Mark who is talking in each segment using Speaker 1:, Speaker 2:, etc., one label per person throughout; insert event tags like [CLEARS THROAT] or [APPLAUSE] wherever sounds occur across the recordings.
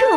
Speaker 1: 各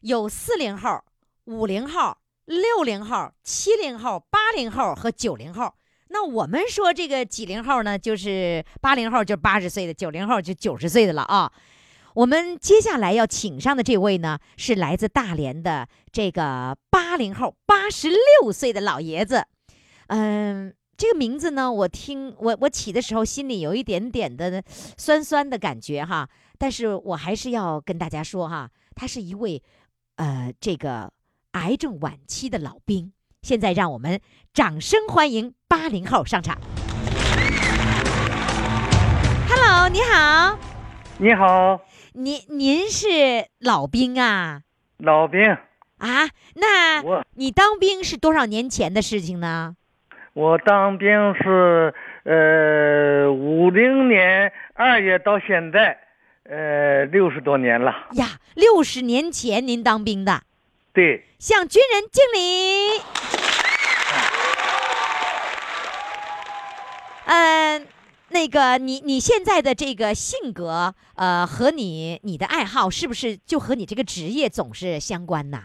Speaker 1: 有四零后、五零后、六零后、七零后、八零后和九零后。那我们说这个几零后呢，就是八零后就八十岁的，九零后就九十岁的了啊。我们接下来要请上的这位呢，是来自大连的这个八零后，八十六岁的老爷子。嗯，这个名字呢，我听我我起的时候心里有一点点的酸酸的感觉哈，但是我还是要跟大家说哈，他是一位呃这个癌症晚期的老兵。现在让我们掌声欢迎八零后上场。Hello，你好，
Speaker 2: 你好，
Speaker 1: 您您是老兵啊？
Speaker 2: 老兵，
Speaker 1: 啊，那
Speaker 2: 我
Speaker 1: 你当兵是多少年前的事情呢？
Speaker 2: 我当兵是呃五零年二月到现在，呃六十多年了。
Speaker 1: 呀，六十年前您当兵的，
Speaker 2: 对，
Speaker 1: 向军人敬礼。嗯，那个你你现在的这个性格，呃，和你你的爱好是不是就和你这个职业总是相关呐？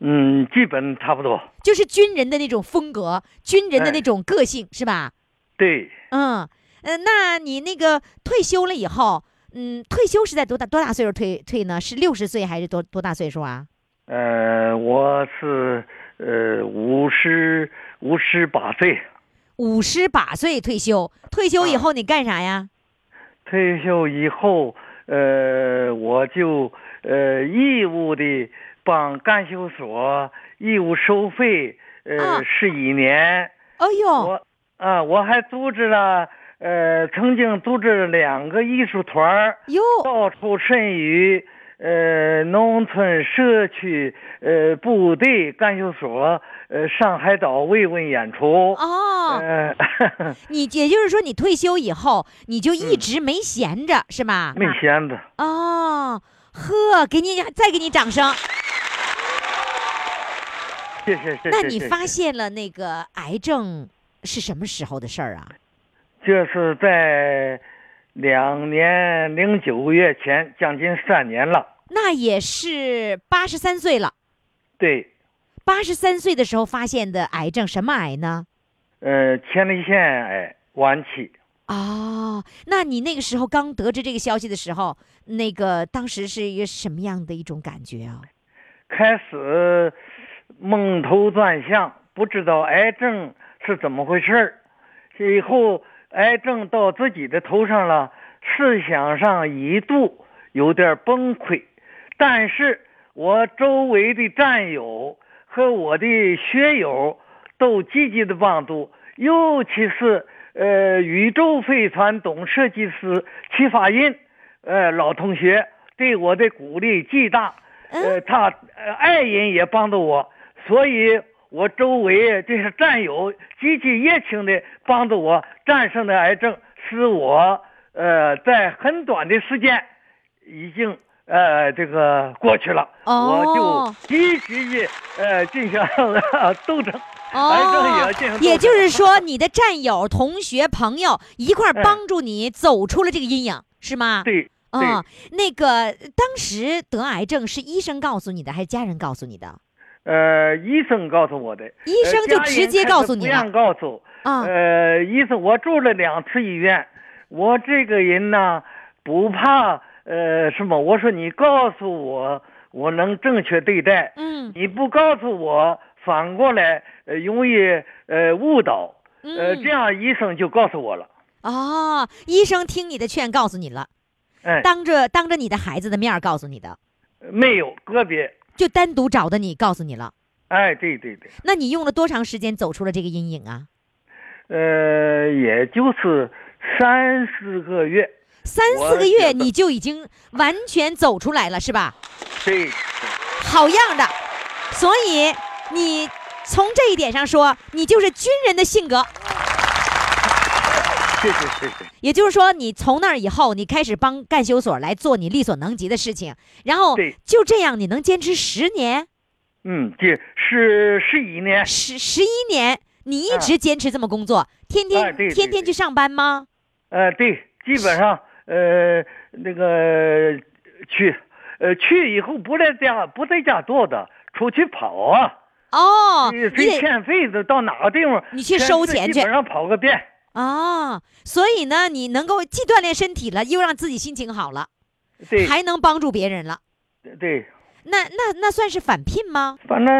Speaker 2: 嗯，基本差不多。
Speaker 1: 就是军人的那种风格，军人的那
Speaker 2: 哎
Speaker 1: 种个性，是吧？
Speaker 2: 对，
Speaker 1: 嗯，呃，那你那个退休了以后，嗯，退休是在多大多大岁数退退呢？是六十岁还是多多大岁数啊？
Speaker 2: 呃，我是呃五十五十八岁，
Speaker 1: 五十八岁退休，退休以
Speaker 2: 啊
Speaker 1: 后你干啥呀？
Speaker 2: 退休以后，呃，我就呃义务的帮干休所义务收费，
Speaker 1: 啊
Speaker 2: 呃十一年。
Speaker 1: 哎呦，
Speaker 2: 我啊，我还组织了，呃，曾经组织了两个艺术团儿， [LAUGHS]
Speaker 1: 哟，
Speaker 2: 到处渗于呃农村社区、呃部队干休所、呃上海岛慰问演出。
Speaker 1: 哦，
Speaker 2: 呃， [LAUGHS]
Speaker 1: 你也就是说你退休以后，你就一直没闲着、是吧？
Speaker 2: 嗯没闲着，
Speaker 1: 哦，呵，给你再给你掌声。
Speaker 2: 谢谢谢谢。
Speaker 1: 那你
Speaker 2: 谢谢
Speaker 1: 发现了那个癌症是什么时候的事儿啊？
Speaker 2: 这是在两年零九个月前，将近三年了。
Speaker 1: 那也是八十三岁了。
Speaker 2: 对，
Speaker 1: 八十三岁的时候发现的癌症，什么癌呢？
Speaker 2: 呃，前列腺癌哎晚期。
Speaker 1: 哦，那你那个时候刚得知这个消息的时候，那个当时是一个什么样的一种感觉啊？
Speaker 2: 开始蒙头转向，不知道癌症是怎么回事儿。以后癌症到自己的头上了，思想上一度有点崩溃。但是我周围的战友和我的学友都积极的帮助，尤其是呃宇宙飞船总设计师齐法印，呃老同学对我的鼓励巨大。呃，他呃爱人也帮助我，所以我周围这些战友积极热情的帮助我战胜了癌症，使我呃在很短的时间已经呃这个过去了，
Speaker 1: 哦
Speaker 2: 我就积极的呃进行了 [LAUGHS] 斗争，癌症也要
Speaker 1: 哦
Speaker 2: 进行，斗争，
Speaker 1: 也就是说，你的战友、同学、朋友一块儿帮助你走出了这个阴影，是吗？
Speaker 2: 哎对对。
Speaker 1: 啊、那个当时得癌症是医生告诉你的，还是家人告诉你的？
Speaker 2: 呃，医生告诉我的，
Speaker 1: 医生就直接告诉你了
Speaker 2: 呃、家人开始不让告诉，
Speaker 1: 啊
Speaker 2: 呃，医生，我住了两次医院，我这个人呢不怕呃什么，我说你告诉我，我能正确对待，
Speaker 1: 嗯
Speaker 2: 你不告诉我，反过来呃容易呃误导，呃，
Speaker 1: 嗯
Speaker 2: 这，样医生就告诉我了，
Speaker 1: 哦，医生听你的劝，告诉你了，
Speaker 2: 哎，
Speaker 1: 当着当着你的孩子的面儿告诉你的，
Speaker 2: 没有个别，
Speaker 1: 就单独找的你，告诉你了。
Speaker 2: 哎，对对对，
Speaker 1: 那你用了多长时间走出了这个阴影啊？
Speaker 2: 呃，也就是三四个月，
Speaker 1: 三
Speaker 2: 我
Speaker 1: 四个
Speaker 2: 觉
Speaker 1: 月
Speaker 2: 得嗯
Speaker 1: 你就已经完全走出来了，是吧？
Speaker 2: 对，
Speaker 1: 好样的！所以你从这一点上说，你就是军人的性格。
Speaker 2: 谢谢谢谢。
Speaker 1: 也就是说，你从那儿以后，你开始帮干休所来做你力所能及的事情，然后
Speaker 2: 对
Speaker 1: 就这样，你能坚持十年、
Speaker 2: 嗯，这是十一年，
Speaker 1: 十十一年，你一
Speaker 2: 啊
Speaker 1: 直坚持这么工作，天天、
Speaker 2: 哎对对
Speaker 1: 天天去
Speaker 2: 对
Speaker 1: 上班吗？
Speaker 2: 呃，对，基本上呃那个去，呃去以后不在家不在家坐着，出去跑啊，
Speaker 1: 哦，
Speaker 2: 你
Speaker 1: 你
Speaker 2: 非
Speaker 1: 得
Speaker 2: 欠费的到哪个地方，
Speaker 1: 你去收钱去
Speaker 2: 基本上跑个遍。
Speaker 1: 哦，所以呢，你能够既锻炼身体了，又让自己心情好了，
Speaker 2: 对
Speaker 1: 还能帮助别人了，
Speaker 2: 对，
Speaker 1: 那那那算是返聘吗？
Speaker 2: 反正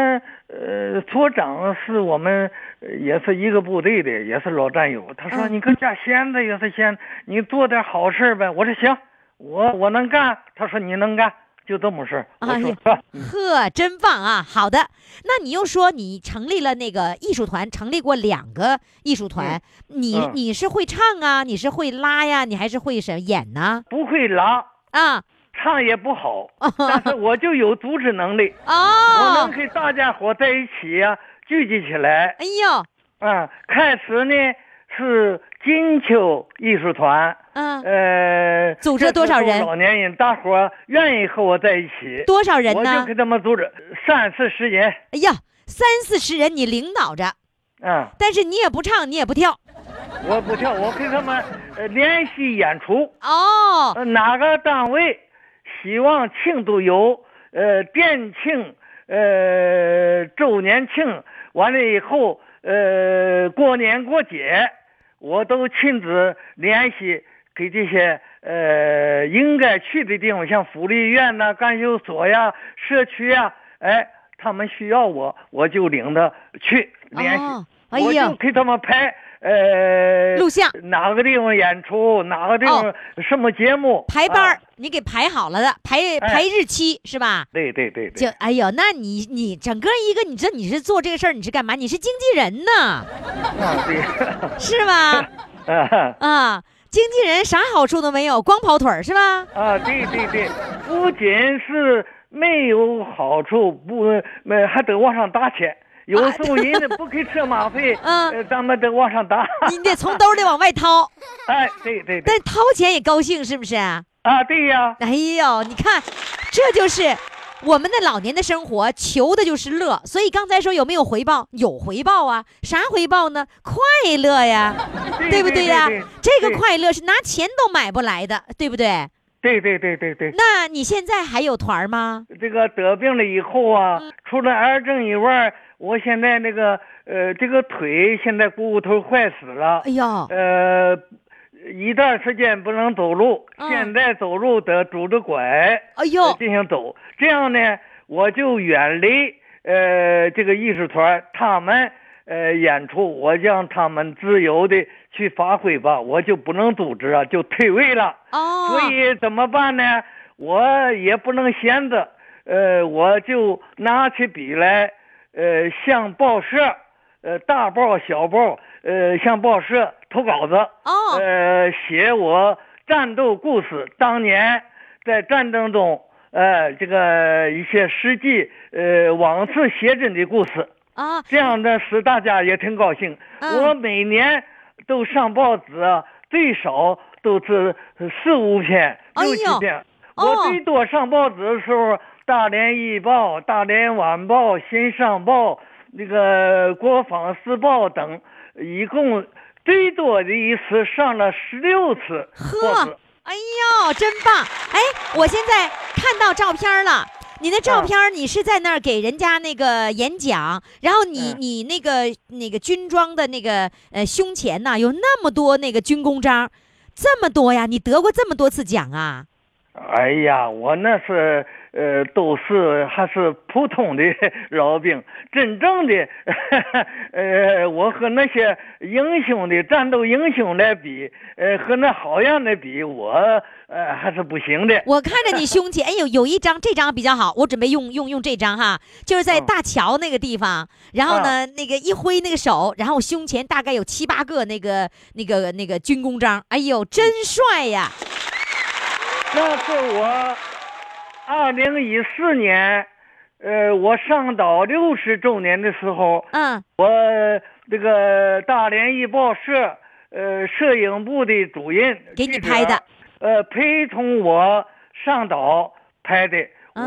Speaker 2: 呃，所长是我们呃也是一个部队的，也是老战友。他说：“
Speaker 1: 嗯
Speaker 2: 你搁家闲着也是闲，你做点好事呗。”我说：“行，我我能干。”他说：“你能干，就这么事儿。”
Speaker 1: 哎
Speaker 2: 我
Speaker 1: 呦
Speaker 2: 说：“呵
Speaker 1: 呵，真棒啊！好的，那你又说你成立了那个艺术团，成立过两个艺术团，你、
Speaker 2: 嗯
Speaker 1: 你是会唱啊，你是会拉呀，你还是会什么演呢？
Speaker 2: [LAUGHS] 不会拉，
Speaker 1: 啊，
Speaker 2: 唱也不好，但是我就有组织能力，我能
Speaker 1: 哦，
Speaker 2: 给大家伙在一起呀、聚集起来。
Speaker 1: 哎呦，
Speaker 2: 啊，开始呢是金秋艺术团，
Speaker 1: 嗯、
Speaker 2: 呃，
Speaker 1: 组织了多少人
Speaker 2: 这是都老年人，大伙儿愿意和我在一起。
Speaker 1: 多少人
Speaker 2: 我就
Speaker 1: 呢
Speaker 2: 给？他们组织三四十人，
Speaker 1: 哎呀，三四十人你领导着，
Speaker 2: 啊，
Speaker 1: 但是你也不唱，你也不跳。
Speaker 2: 我不跳，我给他们呃联系演出，
Speaker 1: 哦，
Speaker 2: 呃哪个单位希望庆祝有呃店庆呃周年庆，完了以后呃过年过节，我都亲自联系给这些呃应该去的地方，像福利院呐、干休所呀、社区呀，哎，他们需要我，我就领他去联系，
Speaker 1: 哦，哎
Speaker 2: 我就
Speaker 1: 呦，
Speaker 2: 给他们拍呃
Speaker 1: 录像
Speaker 2: 哪个地方演出，哪个地方、
Speaker 1: 哦
Speaker 2: 什么节目
Speaker 1: 排班儿、
Speaker 2: 啊哎
Speaker 1: 你给排好了的，排排日期、是吧？
Speaker 2: 对对对对，
Speaker 1: 就哎呦，那你你整个一个，你这你是做这个事儿，你是干嘛？你是经纪人
Speaker 2: [LAUGHS]
Speaker 1: 呢，
Speaker 2: 啊对， [LAUGHS]
Speaker 1: 是吧？
Speaker 2: 啊
Speaker 1: 啊，经纪人啥好处都没有，光跑腿儿是吧？
Speaker 2: [LAUGHS] 啊对对对，不仅是没有好处，不没还得往上搭钱，有时候人家不给车马费，
Speaker 1: 啊 [LAUGHS] 嗯
Speaker 2: 呃咱们得往上搭，
Speaker 1: 你得从兜里往外掏，
Speaker 2: [LAUGHS] 哎对对对
Speaker 1: 但，掏钱也高兴，是不是啊？
Speaker 2: 啊对呀，
Speaker 1: 哎呦，你看，这就是我们的老年的生活，求的就是乐。所以刚才说有没有回报？有回报啊，啥回报呢？快乐呀，对不
Speaker 2: 对
Speaker 1: 呀、
Speaker 2: 对
Speaker 1: 这个
Speaker 2: 对
Speaker 1: 快乐是拿钱都买不来的，对不对？
Speaker 2: 对对对对对。
Speaker 1: 那你现在还有团儿吗？
Speaker 2: 这个得病了以后啊，
Speaker 1: 嗯
Speaker 2: 除了癌症以外，我现在那个呃，这个腿现在股骨头坏死了
Speaker 1: 哎，呦，
Speaker 2: 呃，一段时间不能走路，
Speaker 1: 嗯
Speaker 2: 现在走路得拄着拐
Speaker 1: 哎
Speaker 2: 呃
Speaker 1: 呦，
Speaker 2: 进行走，这样呢，我就远离呃这个艺术团，他们呃演出，我让他们自由的去发挥吧，我就不能组织啊，就退位了。
Speaker 1: 哦，
Speaker 2: 所以怎么办呢？我也不能闲着，呃，我就拿起笔来，呃，向报社，呃，大报、小报，呃，向报社投稿子，
Speaker 1: 哦，
Speaker 2: 呃，写我战斗故事，当年在战争中，呃，这个一些实际，呃，往事写真的故事。
Speaker 1: 啊，
Speaker 2: 这样的使大家也挺高兴。
Speaker 1: 嗯
Speaker 2: 我每年都上报纸啊，最少都是四五篇、
Speaker 1: 哎呦
Speaker 2: 六七篇。
Speaker 1: 哦
Speaker 2: 我最多上报纸的时候，大连日报》《大连晚报》《新上报》那个《国防时报》等，一共最多的一次上了十六次报纸
Speaker 1: 呵。，哎呦，真棒！哎，我现在看到照片了。你的照
Speaker 2: 嗯
Speaker 1: 片儿，你是在那儿给人家那个演讲，然后你
Speaker 2: 嗯
Speaker 1: 你那个那个军装的那个呃胸前呐，有那么多那个军功章，这么多呀！你得过这么多次奖啊？
Speaker 2: 哎呀，我那是呃，都是还是普通的 [LAUGHS] 老兵，真正的 [LAUGHS] 呃，我和那些英雄的战斗英雄来比，呃，和那好样的比，我呃还是不行的。
Speaker 1: [LAUGHS] 我看着你胸前，哎呦，有一张，这张比较好，我准备用用用这张哈，就是在
Speaker 2: 嗯
Speaker 1: 大桥那个地方，然后
Speaker 3: 啊
Speaker 1: 呢，那个一挥那个手，然后胸前大概有七八个那个那个那个军功章，哎呦，真帅呀！
Speaker 2: 那是我二零一四年
Speaker 3: 呃，我上岛六十周年的时候，
Speaker 1: 嗯
Speaker 3: 我这个大连日报社呃摄影部的主任
Speaker 1: 给你拍的，
Speaker 3: 记者呃，陪同我上岛拍的。
Speaker 1: 啊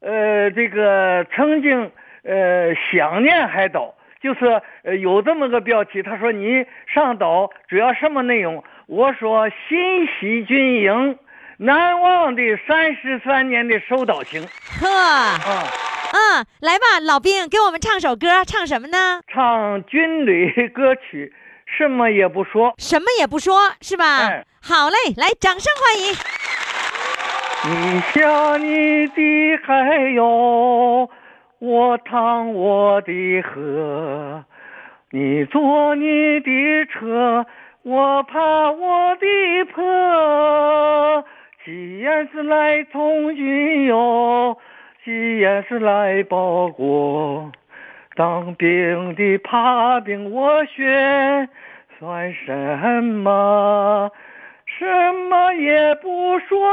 Speaker 3: 我呃，这个曾经呃想念海岛，就是、呃、有这么个标题，他说你上岛主要什么内容？我说新洗军营难忘的三十三年的守岛行
Speaker 1: 呵，
Speaker 3: 啊。
Speaker 1: 嗯，来吧，老兵，给我们唱首歌，唱什么呢？
Speaker 3: 唱军旅歌曲，什么也不说。
Speaker 1: 什么也不说，是吧？
Speaker 3: 哎
Speaker 1: 好嘞，来，掌声欢迎。
Speaker 3: 你下你的海哟，我趟我的河，你坐你的车，我爬我的坡。既然是来从军哟，既然是来报国。当兵的怕兵我学，算什么？什么也不说，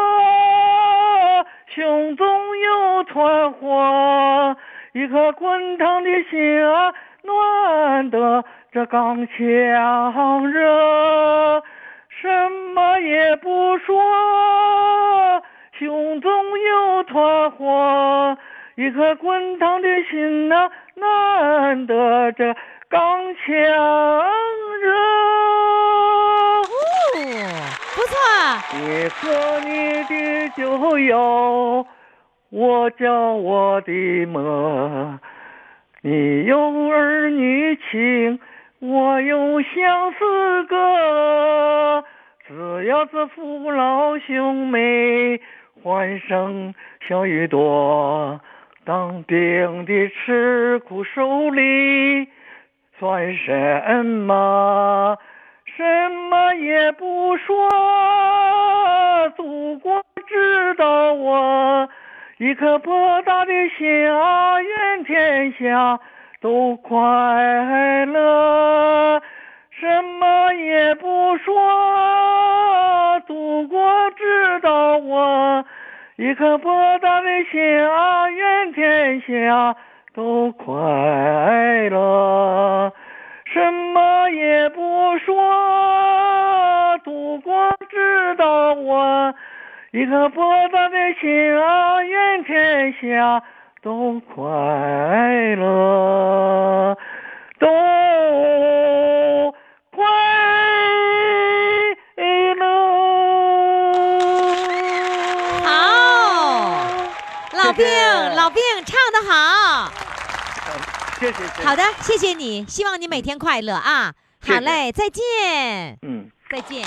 Speaker 3: 胸中有团火，一颗滚烫的心啊，暖得这钢枪热。什么也不说，胸中有团火，一颗滚烫的心呐、难得这钢枪热。
Speaker 1: 哦，不错，
Speaker 3: 你喝你的酒友，我叫我的么？你有儿女情，我有相思歌。只要是父老兄妹，欢声笑语多。当兵的吃苦受力，算什么？什么也不说，祖国知道我一颗博大的心啊，愿天下都快乐。什么也不说，祖国知道我一颗博大的心啊，愿天下都快乐。什么也不说，祖国知道我一颗博大的心啊，愿天下都快乐，都快乐。
Speaker 1: 好老兵
Speaker 3: 谢谢，
Speaker 1: 老兵唱得好。
Speaker 3: 谢谢，谢谢
Speaker 1: 好，的，谢谢你，希望你每天快乐啊。
Speaker 3: 谢谢
Speaker 1: 好嘞，再见，
Speaker 3: 嗯。
Speaker 1: 再见。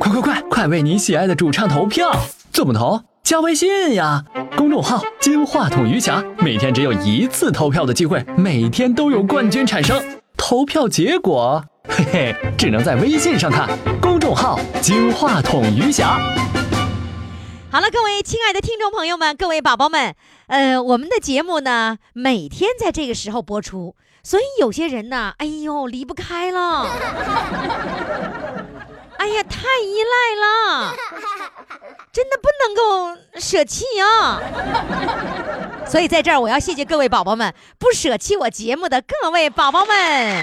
Speaker 4: 快快快，快为你喜爱的主唱投票！怎么投？加微信呀，公众号“金话筒余霞”，每天只有一次投票的机会，每天都有冠军产生。投票结果，嘿嘿，只能在微信上看。公众号“金话筒余霞”。
Speaker 1: 好了，各位亲爱的听众朋友们，各位宝宝们，呃，我们的节目呢每天在这个时候播出，所以有些人呢，哎呦离不开了， [LAUGHS] 哎呀太依赖了，真的不能够舍弃啊。所以在这儿我要谢谢各位宝宝们不舍弃我节目的各位宝宝们。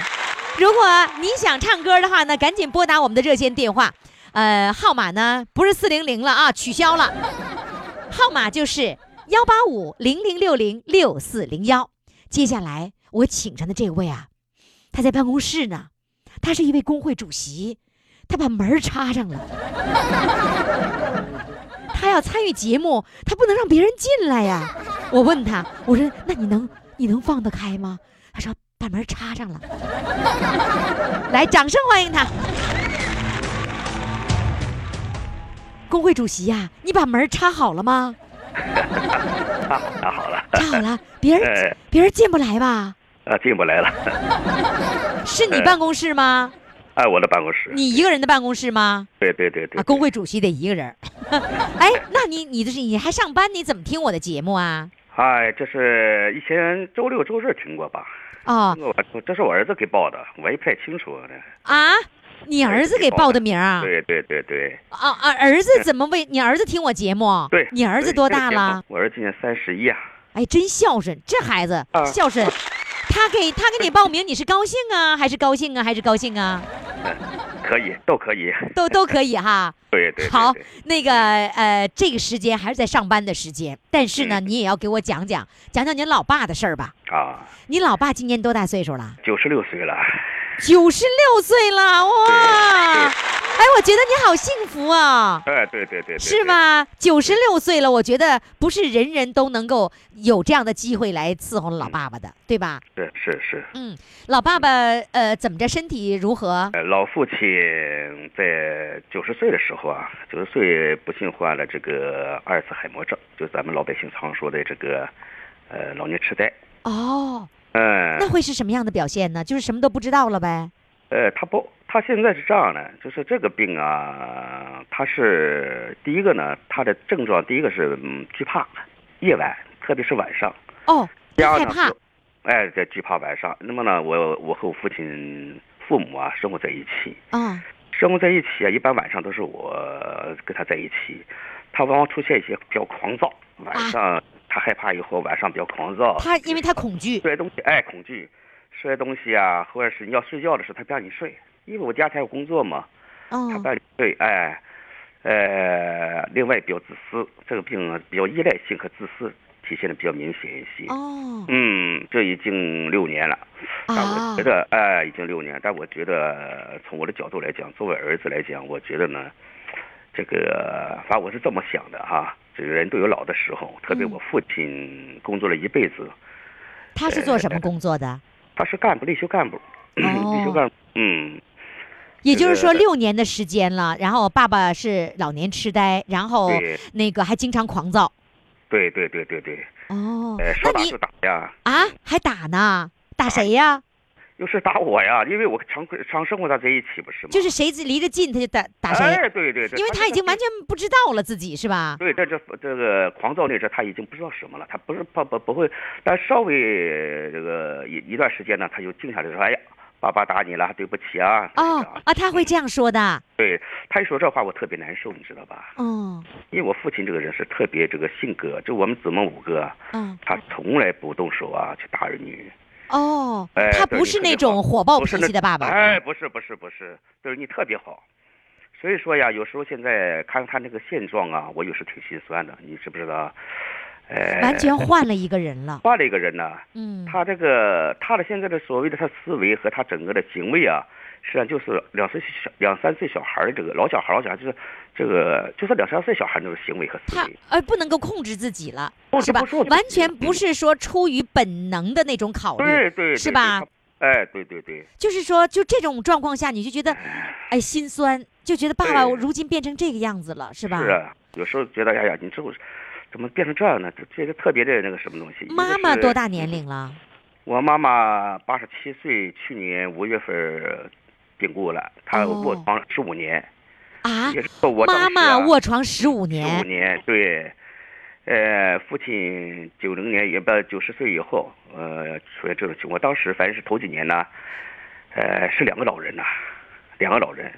Speaker 1: 如果你想唱歌的话呢，赶紧拨打我们的热线电话，呃，号码呢不是四零零了啊，取消了，号码就是幺八五零零六零六四零幺。接下来我请上的这位啊，他在办公室呢，他是一位工会主席，他把门儿插上了。 [LAUGHS] 他要参与节目，他不能让别人进来呀。我问他，我说：“那你能你能放得开吗？”他说：“把门插上了。” [LAUGHS] 来，掌声欢迎他。工会主席呀、你把门插好了吗？
Speaker 5: [LAUGHS] 那啊好了，
Speaker 1: 插好了，别人
Speaker 5: [LAUGHS] 哎，
Speaker 1: 别人进不来吧？
Speaker 5: 啊，进不来了， [LAUGHS]
Speaker 1: 是你办公室吗？
Speaker 5: 哎，我的办公室，
Speaker 1: 你一个人的办公室吗？
Speaker 5: 对对对对，
Speaker 1: 啊，工会主席得一个人儿。 [LAUGHS] 哎，那你你这是你还上班？你怎么听我的节目啊？
Speaker 5: 哎，这是以前周六周日听过吧？
Speaker 1: 哦
Speaker 5: 我这是我儿子给报的，我也不太清楚呢。
Speaker 1: 啊，你儿子给报的名儿啊？
Speaker 5: 对对对对
Speaker 1: 啊啊！儿子怎么为你儿子听我节目？
Speaker 5: 对。
Speaker 1: 你儿子多大
Speaker 5: 对这个节
Speaker 1: 了
Speaker 5: 目？我儿子今年三十一啊。
Speaker 1: 哎，真孝顺，这孩子
Speaker 5: 啊
Speaker 1: 孝顺。他给他给你报名，你是高兴啊，还是高兴啊，还是高兴啊？
Speaker 5: 可以，都可以。
Speaker 1: 都都可以哈。
Speaker 5: 对对对
Speaker 1: 好
Speaker 5: 对，
Speaker 1: 那个呃，这个时间还是在上班的时间，但是
Speaker 5: 嗯
Speaker 1: 呢，你也要给我讲讲讲讲您老爸的事儿吧。
Speaker 5: 啊，
Speaker 1: 你老爸今年多大岁数了？
Speaker 5: 九十六岁了，
Speaker 1: 九十六岁了，
Speaker 5: 对
Speaker 1: 哇！哎，我觉得你好幸福啊，
Speaker 5: 哎，对对对对，
Speaker 1: 是？吧？九十六岁了，我觉得不是人人都能够有这样的机会来伺候老爸爸
Speaker 5: 嗯
Speaker 1: 的，对吧？
Speaker 5: 是是是，
Speaker 1: 嗯，老爸爸呃，怎么着？身体如何？
Speaker 5: 呃，老父亲在九十岁的时候啊，九十岁不幸患了这个阿尔茨海默症，就咱们老百姓常说的这个，呃，老年痴呆。
Speaker 1: 哦，
Speaker 5: 嗯，
Speaker 1: 那会是什么样的表现呢？就是什么都不知道了呗。
Speaker 5: 呃，他不，他现在是这样的，就是这个病啊，他是第一个呢，他的症状第一个是嗯惧怕，夜晚，特别是晚上。
Speaker 1: 哦，
Speaker 5: 第二
Speaker 1: 害
Speaker 5: 呢，
Speaker 1: 怕
Speaker 5: 是，哎，在惧怕晚上。那么呢，我我和我父亲、父母啊生活在一起，
Speaker 1: 啊，
Speaker 5: 生活在一起啊，一般晚上都是我跟他在一起，他往往出现一些比较狂躁，晚
Speaker 1: 啊
Speaker 5: 上他害怕以后晚上比较狂躁，
Speaker 1: 他因为他恐惧，
Speaker 5: 摔东西，哎，恐惧，摔东西啊，或者是你要睡觉的时候，他不让你睡，因为我家才有工作嘛，他
Speaker 1: 嗯
Speaker 5: 不让你睡，哎，呃，另外比较自私，这个病啊比较依赖性和自私体现的比较明显一些。
Speaker 1: 哦
Speaker 5: 嗯，这已经六年了，但我
Speaker 1: 啊
Speaker 5: 觉，得，哎，已经六年，但我觉得从我的角度来讲，作为儿子来讲，我觉得呢，这个，反正我是这么想的哈、这个人都有老的时候，特别
Speaker 1: 嗯
Speaker 5: 我父亲工作了一辈子，
Speaker 1: 他是做什么工作的？
Speaker 5: 他是干部，退休干部， [CLEARS THROAT] 退休
Speaker 1: 哦
Speaker 5: 干部，嗯，
Speaker 1: 也就是说
Speaker 5: 对
Speaker 1: 六年的时间了，然后爸爸是老年痴呆，然后
Speaker 5: 对
Speaker 1: 那个还经常狂躁。
Speaker 5: 对对对对对，
Speaker 1: 哦
Speaker 5: 呃，，说打
Speaker 1: 那
Speaker 5: 哎
Speaker 1: 你
Speaker 5: 就打呀，
Speaker 1: 啊还打呢？打谁呀？
Speaker 5: 又是打我呀，因为我常常生活他在一起，不是吗？
Speaker 1: 就是谁离得近他就打打谁，
Speaker 5: 哎，对对对，
Speaker 1: 因为他
Speaker 5: 这
Speaker 1: 已
Speaker 5: 个
Speaker 1: 经
Speaker 5: 病
Speaker 1: 完全不知道了自己是吧？
Speaker 5: 对，但这这个狂躁那阵，他已经不知道什么了，他不是不不不会，但稍微这个一一段时间呢，他就静下来说：“哎呀，爸爸打你了， [LAUGHS] 对不起啊。”这
Speaker 1: 哦
Speaker 5: 样
Speaker 1: 啊，他会这样说的。
Speaker 5: 对，他一说这话，我特别难受，你知道吧？
Speaker 1: 嗯
Speaker 5: 因为我父亲这个人是特别这个性格，就我们姊妹五个，
Speaker 1: 嗯
Speaker 5: 他从来不动手啊去打儿女，
Speaker 1: 哦，
Speaker 5: 哎
Speaker 1: 他
Speaker 5: 对
Speaker 1: 哦不
Speaker 5: 你
Speaker 1: 是
Speaker 5: 特
Speaker 1: 那
Speaker 5: 别
Speaker 1: 种
Speaker 5: 好
Speaker 1: 火爆
Speaker 5: 不是
Speaker 1: 脾
Speaker 5: 那
Speaker 1: 气的爸爸。
Speaker 5: 哎，不是不是不是，就是你特别好。所以说呀，有时候现在看他那个现状啊，我有时挺心酸的，你知不知道？哎，
Speaker 1: 完全换了一个人
Speaker 5: [LAUGHS]
Speaker 1: 了。
Speaker 5: 换了一个人呢、
Speaker 1: 嗯，
Speaker 5: 他这个他的现在的所谓的他思维和他整个的行为啊，实际上就是两岁小两三岁小孩儿的这个老小孩儿，老小孩儿就是这个就是两三岁小孩儿那种行为和思
Speaker 1: 他
Speaker 5: 维，
Speaker 1: 呃不能够控制自己了，
Speaker 5: 控制
Speaker 1: 是吧
Speaker 5: 不住？自
Speaker 1: 完
Speaker 5: 己
Speaker 1: 全不
Speaker 5: 嗯
Speaker 1: 是说出于本能的那种考虑，
Speaker 5: 对对对
Speaker 1: 是吧？
Speaker 5: 对他哎，对对对，
Speaker 1: 就是说，就这种状况下，你就觉得，哎，心酸，就觉得爸爸
Speaker 5: 对
Speaker 1: 如今变成这个样子了，是吧？
Speaker 5: 是啊，有时候觉得哎呀，你这我怎么变成这样呢？这这个特别的那个什么东西。一个
Speaker 1: 妈妈
Speaker 5: 是
Speaker 1: 多大年？龄了？
Speaker 5: 我妈妈八十七岁，去年五月份儿病故了，她
Speaker 1: 哦
Speaker 5: 卧床十五年，
Speaker 1: 啊，
Speaker 5: 也是说我当时
Speaker 1: 妈
Speaker 5: 啊
Speaker 1: 妈卧床十五
Speaker 5: 十五
Speaker 1: 年，
Speaker 5: 年，对。呃，父亲九零年也不九十岁以后，呃，出现这种情况。当时反正是头几年呢，呃，是两个老人呐、两个老人。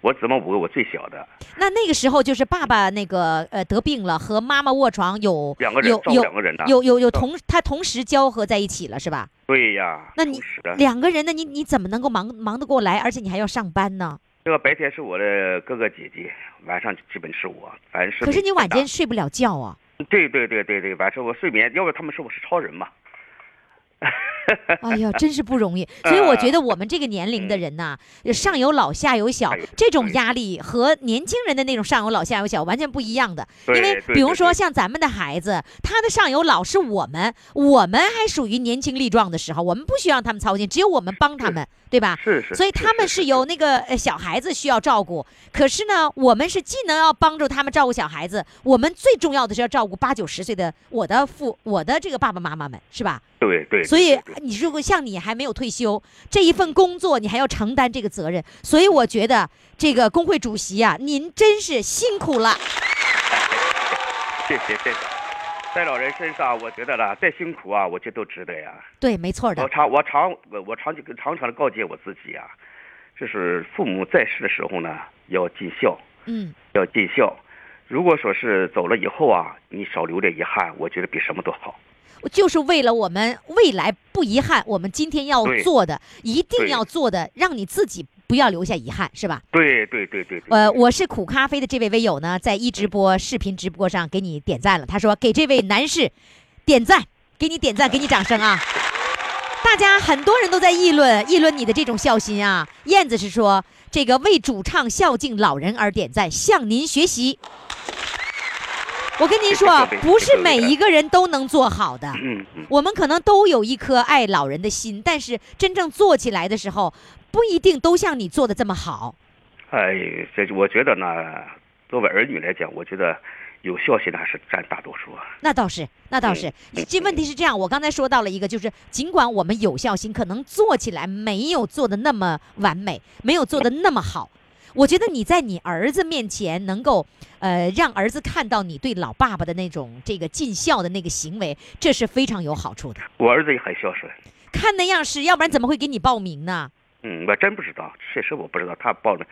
Speaker 5: 我姊妹五个，我最小的，
Speaker 1: 那那个时候就是爸爸那个呃得病了，和妈妈卧床有
Speaker 5: 两个人
Speaker 1: 有
Speaker 5: 照顾
Speaker 1: 有
Speaker 5: 两个人呐
Speaker 1: 有有有同他同时交合在一起了，是吧？
Speaker 5: 对呀。
Speaker 1: 那你
Speaker 5: 同时啊
Speaker 1: 两个人呢，你你怎么能够忙忙得过来？而且你还要上班呢？
Speaker 5: 这个白天是我的哥哥姐姐，晚上基本是我，反正是。
Speaker 1: 可是你晚间。睡不了觉啊。
Speaker 5: 对对对对对，晚上我睡眠，要不他们说我是超人嘛。
Speaker 1: [LAUGHS] 哎呀，真是不容易。所以我觉得我们这个年龄的人呐、上有老下有小
Speaker 5: 嗯哎呦，
Speaker 1: 这种
Speaker 5: 哎呦
Speaker 1: 压力和年轻人的那种上有老下有小完全不一样的。因
Speaker 5: 对
Speaker 1: 为
Speaker 5: 对
Speaker 1: 比如
Speaker 5: 对
Speaker 1: 说
Speaker 5: 对
Speaker 1: 像咱们的孩子，他的上有老是我们，我们还属于年轻力壮的时候，我们不需要他们操心，只有我们帮他们，对吧？
Speaker 5: 是是。
Speaker 1: 所以他们是有那个呃小孩子需要照顾，可是呢，我们是既能要帮助他们照顾小孩子，我们最重要的是要照顾八九十岁的我的父我的这个爸爸妈妈们，是吧？
Speaker 5: 对对。
Speaker 1: 所以
Speaker 5: 对对
Speaker 1: 你如果像你还没有退休，这一份工作你还要承担这个责任，所以我觉得这个工会主席呀、您真是辛苦了。
Speaker 5: 谢谢谢谢，在老人身上，我觉得啦，再辛苦啊，我觉得都值得呀。
Speaker 1: 对，没错
Speaker 5: 我
Speaker 1: 的，
Speaker 5: 常我常我我常常常常的告诫我自己啊，就是父母在世的时候呢，要尽孝，
Speaker 1: 嗯，
Speaker 5: 要尽孝。如果说是走了以后啊，你少留点遗憾，我觉得比什么都好。
Speaker 1: 就是为了我们未来不遗憾，我们今天要
Speaker 5: 对
Speaker 1: 做的，一定
Speaker 5: 对
Speaker 1: 要做的，让你自己不要留下遗憾，是吧？
Speaker 5: 对对对对对。
Speaker 1: 呃，我是苦咖啡的这位微友呢，在一直播视频直播上给你点赞了。他说给这位男士点赞，给你点赞，给你掌声啊！大家很多人都在议论议论你的这种孝心啊。燕子是说这个为主唱孝敬老人而点赞，向您学习。我跟您说，不是每一个人都能做好的。
Speaker 5: 嗯嗯，
Speaker 1: 我们可能都有一颗爱老人的心，但是真正做起来的时候，不一定都像你做的这么好。
Speaker 5: 哎，这我觉得呢，作为儿女来讲，我觉得有孝心的还是占大多数啊。
Speaker 1: 那倒是，那倒是。
Speaker 5: 嗯
Speaker 1: 这问题是这样，我刚才说到了一个，就是尽管我们有孝心，可能做起来没有做的那么完美，没有做的那么好。我觉得你在你儿子面前能够，呃，让儿子看到你对老爸爸的那种这个尽孝的那个行为，这是非常有好处的。
Speaker 5: 我儿子也很孝顺。
Speaker 1: 看那样式，要不然怎么会给你报名呢？
Speaker 5: 嗯，我真不知道，确实我不知道他报的。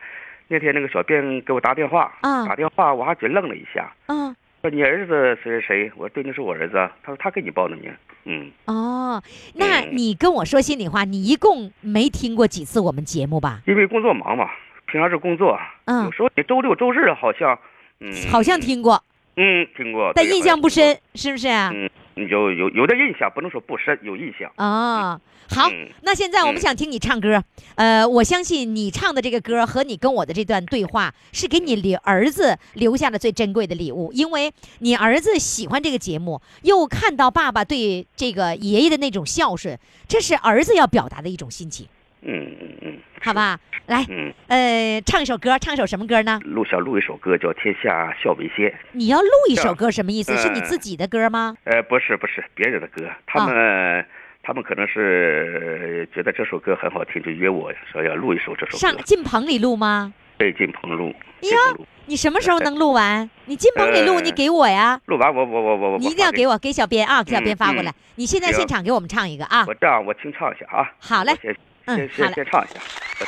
Speaker 5: 那天那个小编给我打电话，
Speaker 1: 啊
Speaker 5: 打电话我还觉愣了一下，
Speaker 1: 啊
Speaker 5: 说你儿子谁谁谁？我说对，那是我儿子啊。他说他给你报的名。嗯，
Speaker 1: 哦，那
Speaker 5: 嗯
Speaker 1: 你跟我说心里话，你一共没听过几次我们节目吧？
Speaker 5: 因为工作忙嘛，平常是工作，
Speaker 1: 嗯
Speaker 5: 有时候你周六周日好像，嗯，
Speaker 1: 好像，听过，
Speaker 5: 嗯，听过，
Speaker 1: 但
Speaker 5: 对
Speaker 1: 印象不深，，是不是啊？
Speaker 5: 嗯，你就有有点印象，不能说不深，有印象。
Speaker 1: 啊，好，
Speaker 5: 嗯
Speaker 1: 那现在我们
Speaker 5: 嗯
Speaker 1: 想听你唱歌。呃，我相信你唱的这个歌和你跟我的这段对话是给
Speaker 5: 嗯
Speaker 1: 你留儿子留下的最珍贵的礼物，因为你儿子喜欢这个节目，又看到爸爸对这个爷爷的那种孝顺，这是儿子要表达的一种心情，
Speaker 5: 嗯嗯嗯
Speaker 1: 好吧？来，
Speaker 5: 嗯，
Speaker 1: 呃，唱一首歌，唱首什么歌呢？
Speaker 5: 录想录一首歌叫《天下孝为先》。
Speaker 1: 你要录一首
Speaker 5: 这
Speaker 1: 歌，什么意思？是你
Speaker 5: 嗯
Speaker 1: 自己的歌吗？
Speaker 5: 呃，不是不是别人的歌，
Speaker 1: 啊
Speaker 5: 他们、他们可能是呃觉得这首歌很好听，就约我说要录一首这首
Speaker 1: 上
Speaker 5: 歌。
Speaker 1: 进棚里录吗？
Speaker 5: 对，进棚录，
Speaker 1: 哎
Speaker 5: 进
Speaker 1: 呀
Speaker 5: 棚录，
Speaker 1: 你什么时候能录完？你进棚里录，
Speaker 5: 呃
Speaker 1: 你给我呀。
Speaker 5: 录完我我我我我
Speaker 1: 你一定要
Speaker 5: 发
Speaker 1: 给我给小编啊，给小
Speaker 5: 嗯
Speaker 1: 编发过
Speaker 5: 嗯
Speaker 1: 来。你现在现
Speaker 5: 行
Speaker 1: 场给我们唱一个啊
Speaker 5: 我这样我清唱一下啊。
Speaker 1: 好嘞
Speaker 5: 我先
Speaker 1: 嗯
Speaker 5: 先
Speaker 1: 好
Speaker 5: 先
Speaker 1: 嘞
Speaker 5: 先唱一下。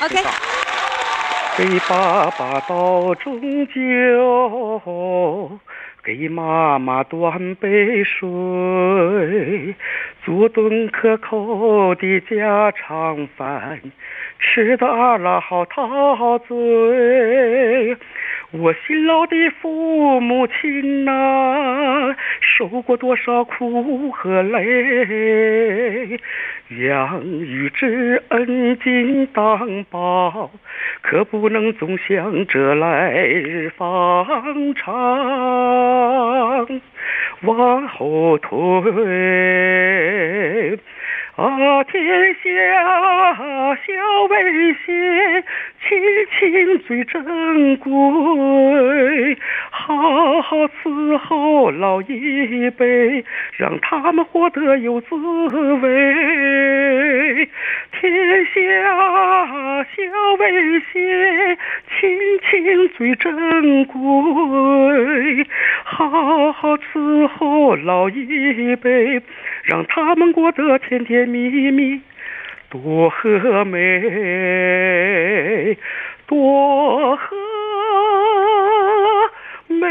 Speaker 5: 我
Speaker 1: OK
Speaker 5: 清唱给爸爸倒中酒，给妈妈端杯水，做顿可口的家常饭，吃的俺俩好陶醉。我辛劳的父母亲呐、受过多少苦和累，养育之恩尽当报，可不能总想着来日方长，往后退。啊，天下孝为先，亲情最珍贵。好好伺候老一辈，让他们活得有滋味。天下孝为先，亲情最珍贵。好好伺候老一辈，让他们过得甜甜蜜蜜，多和美，多和美。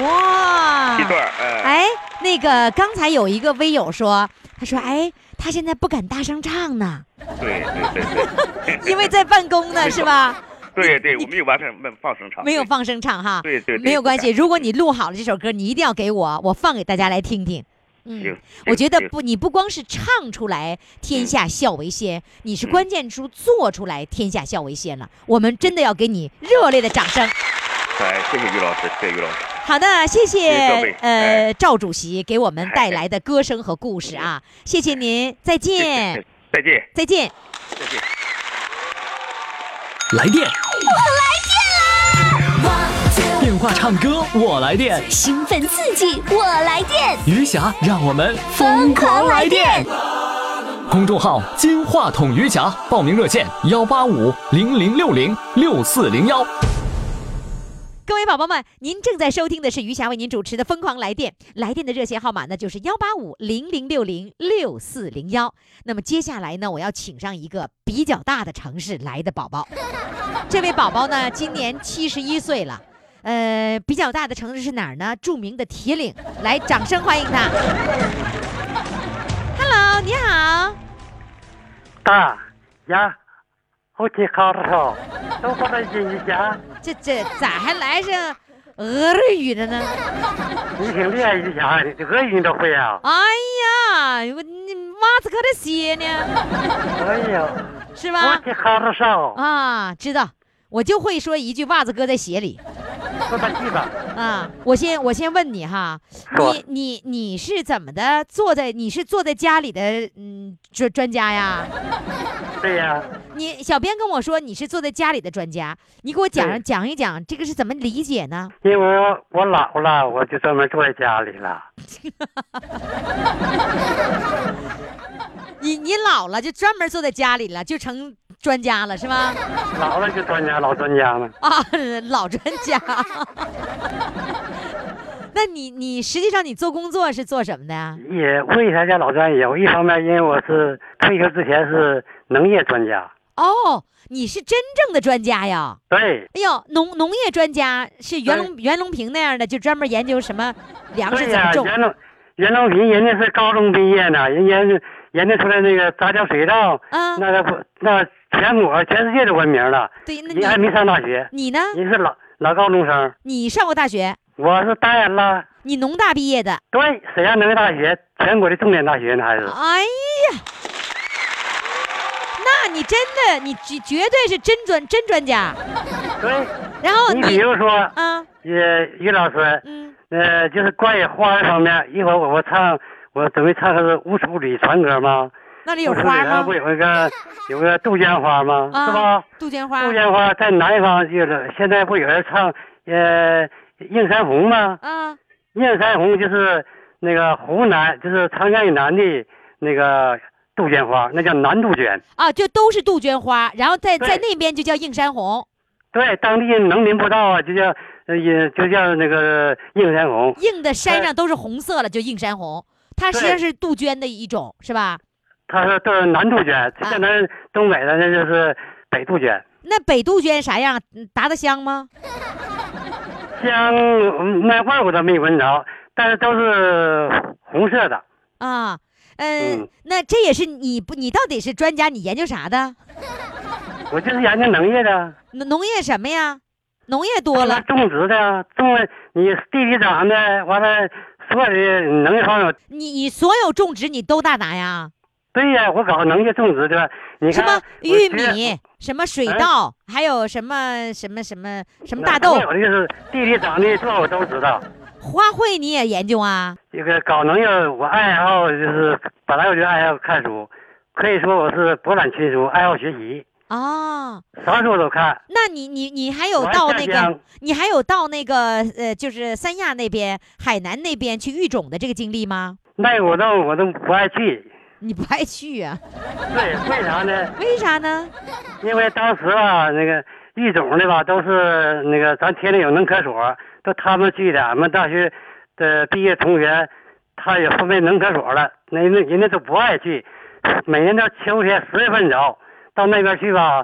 Speaker 1: 哇
Speaker 5: 一！段，哎，
Speaker 1: 哎，那个刚才有一个微友说，他说哎，他现在不敢大声唱呢，
Speaker 5: 对对对
Speaker 1: 因为在办公呢，是吧？
Speaker 5: 对对对，我没有完全没有放声唱，
Speaker 1: 没有放声唱哈。
Speaker 5: 啊对，对对对，
Speaker 1: 没有关系。
Speaker 5: 不敢
Speaker 1: 如果你录好了这首歌，你一定要给我，我放给大家来听听。嗯
Speaker 5: 行，
Speaker 1: 我觉得
Speaker 5: 行
Speaker 1: 不，你不光是唱出来“天下孝为先”，你
Speaker 5: 嗯
Speaker 1: 是关键处做出来“天下孝为先”了。我们真的要给你热烈的掌声。
Speaker 5: 哎，谢谢于老师，谢谢于老师，
Speaker 1: 好的，谢谢
Speaker 5: 谢谢各位
Speaker 1: 呃
Speaker 5: 哎
Speaker 1: 赵主席给我们带来的歌声和故事啊，谢谢您，再
Speaker 5: 谢
Speaker 1: 见
Speaker 5: 谢，，再见，
Speaker 1: 再见。
Speaker 5: 再见。
Speaker 4: 来电，电话唱歌我来电，
Speaker 6: 兴奋刺激，我来电！
Speaker 4: 余霞让我们疯狂来电。公众号“金话筒余霞”，报名热线：幺八五零零六零六四零幺。
Speaker 1: 各位宝宝们，您正在收听的是余霞为您主持的《疯狂来电》，来电的热线号码呢就是幺八五零零六零六四零幺。那么接下来呢，我要请上一个比较大的城市来的宝宝，这位宝宝呢今年七十一岁了。呃，比较大的城市是哪儿呢？著名的铁岭，来，掌声欢迎他。Hello，你好，
Speaker 7: 大呀，我去考考，都过来听一下，
Speaker 1: 这这咋还来上俄语了呢？
Speaker 7: 你听练一下，你俄语都会啊？
Speaker 1: 哎呀，我你妈子搁这歇呢，
Speaker 7: 哎呀，
Speaker 1: 是
Speaker 7: 我
Speaker 1: 吧？
Speaker 7: 去考上，
Speaker 1: 啊，知道，我就会说一句袜子搁在鞋里
Speaker 7: 我咋记吧？
Speaker 1: 啊。我先我先问你哈，
Speaker 7: 说
Speaker 1: 你你你是怎么的坐在你是坐在家里的嗯专专家呀？
Speaker 7: 对呀，
Speaker 1: 你小编跟我说你是坐在家里的专家，你给我讲
Speaker 7: 对
Speaker 1: 讲一讲这个是怎么理解呢？
Speaker 7: 因为我我老了，我就专门坐在家里了。
Speaker 1: 你你老了就专门坐在家里了，就成专家了是吗？
Speaker 7: 老了就专家，老专家了。
Speaker 1: 啊， [LAUGHS] 老专家。 [LAUGHS] 那你你实际上你做工作是做什么的呀？
Speaker 7: 也为啥叫老专家？我一方面因为我是退休之前是农业专家，
Speaker 1: 哦，你是真正的专家呀！
Speaker 7: 对
Speaker 1: 哎呦，农农业专家是
Speaker 7: 对
Speaker 1: 袁隆袁隆平那样的，就专门研究什么粮食
Speaker 7: 对
Speaker 1: 怎
Speaker 7: 呀、
Speaker 1: 么种。
Speaker 7: 袁隆袁隆平人家是高中毕业呢，人家是人家出来那个杂交水稻，
Speaker 1: 啊，
Speaker 7: 那个不那全国全世界都闻名了。
Speaker 1: 对，那
Speaker 7: 你还
Speaker 1: 你
Speaker 7: 没上大学，
Speaker 1: 你呢？
Speaker 7: 你是老老高中生，
Speaker 1: 你上过大学，
Speaker 7: 我是当然了。
Speaker 1: 你农大毕业的。
Speaker 7: 对，沈阳农业大学，全国的重点大学呢，还是
Speaker 1: 哎呀，那你真的你绝绝对是真专真专家。
Speaker 7: 哦对。
Speaker 1: 然后
Speaker 7: 你比
Speaker 1: 你
Speaker 7: 如说，
Speaker 1: 啊，
Speaker 7: 呃，于老师，
Speaker 1: 嗯，
Speaker 7: 呃，就是关于花儿方面，一会儿我我唱，我准备唱个《乌处里船歌》吗？
Speaker 1: 那里有
Speaker 7: 乌处里
Speaker 1: 花
Speaker 7: 啊
Speaker 1: 吗
Speaker 7: 不？有一个有个杜鹃花吗？是吧
Speaker 1: 啊？，杜鹃花
Speaker 7: 杜。鹃花在南方就是现在不有人唱呃映山红吗？
Speaker 1: 啊，
Speaker 7: 映山红就是那个湖南，就是长江以南的那个杜鹃花，那叫南杜鹃。
Speaker 1: 啊，就都是杜鹃花，然后在在
Speaker 7: 对
Speaker 1: 那边就叫映山红，
Speaker 7: 对，当地农民不知道啊，就叫呃也就叫那个映山红。
Speaker 1: 映的山
Speaker 7: 对
Speaker 1: 上都是红色了，就映山红。它实际上是杜鹃的一种，是吧？
Speaker 7: 他说这是南杜
Speaker 1: 啊
Speaker 7: 鹃，在咱东北的那就是北杜鹃。
Speaker 1: 那北杜鹃啥样？嗯达得香吗？
Speaker 7: 香嗯那味儿我倒没闻着，但是都是红色的。
Speaker 1: 啊，嗯
Speaker 7: 嗯，
Speaker 1: 那这也是你不，你到底是专家，你研究啥的？
Speaker 7: 我就是研究农业的，
Speaker 1: 农农业什么呀？农业多了，
Speaker 7: 种植的，种了你地里长的，完了所有的农业方面，
Speaker 1: 你你所有种植你都大拿呀？
Speaker 7: 对呀，我搞农业种植的。你
Speaker 1: 什
Speaker 7: 看
Speaker 1: 么
Speaker 7: 我
Speaker 1: 玉
Speaker 7: 觉得
Speaker 1: 米，什么水
Speaker 7: 哎
Speaker 1: 稻，还有什么什么什么什么
Speaker 7: 那
Speaker 1: 大豆
Speaker 7: 所，有的就是地里长的，这我都知道。
Speaker 1: 花卉你也研究啊？
Speaker 7: 这个搞农业，我爱好就是本来我就爱好看书，可以说我是博览群书，爱好学习，
Speaker 1: 啊、
Speaker 7: 啥书我都看。
Speaker 1: 那你你你还有
Speaker 7: 我还
Speaker 1: 到
Speaker 7: 下
Speaker 1: 那个
Speaker 7: 乡，
Speaker 1: 你还有到那个呃，就是三亚那边、海南那边去育种的这个经历吗？
Speaker 7: 那我都我都不爱去。
Speaker 1: 你不爱去啊？
Speaker 7: 对，为啥呢？
Speaker 1: 为啥呢？
Speaker 7: 因为当时啊，那个育种的吧，都是那个咱天津有农科所，都他们去的。俺们大学的毕业同学，他也分配农科所了，那那人家都不爱去，每年到秋天十月份走，到那边去吧，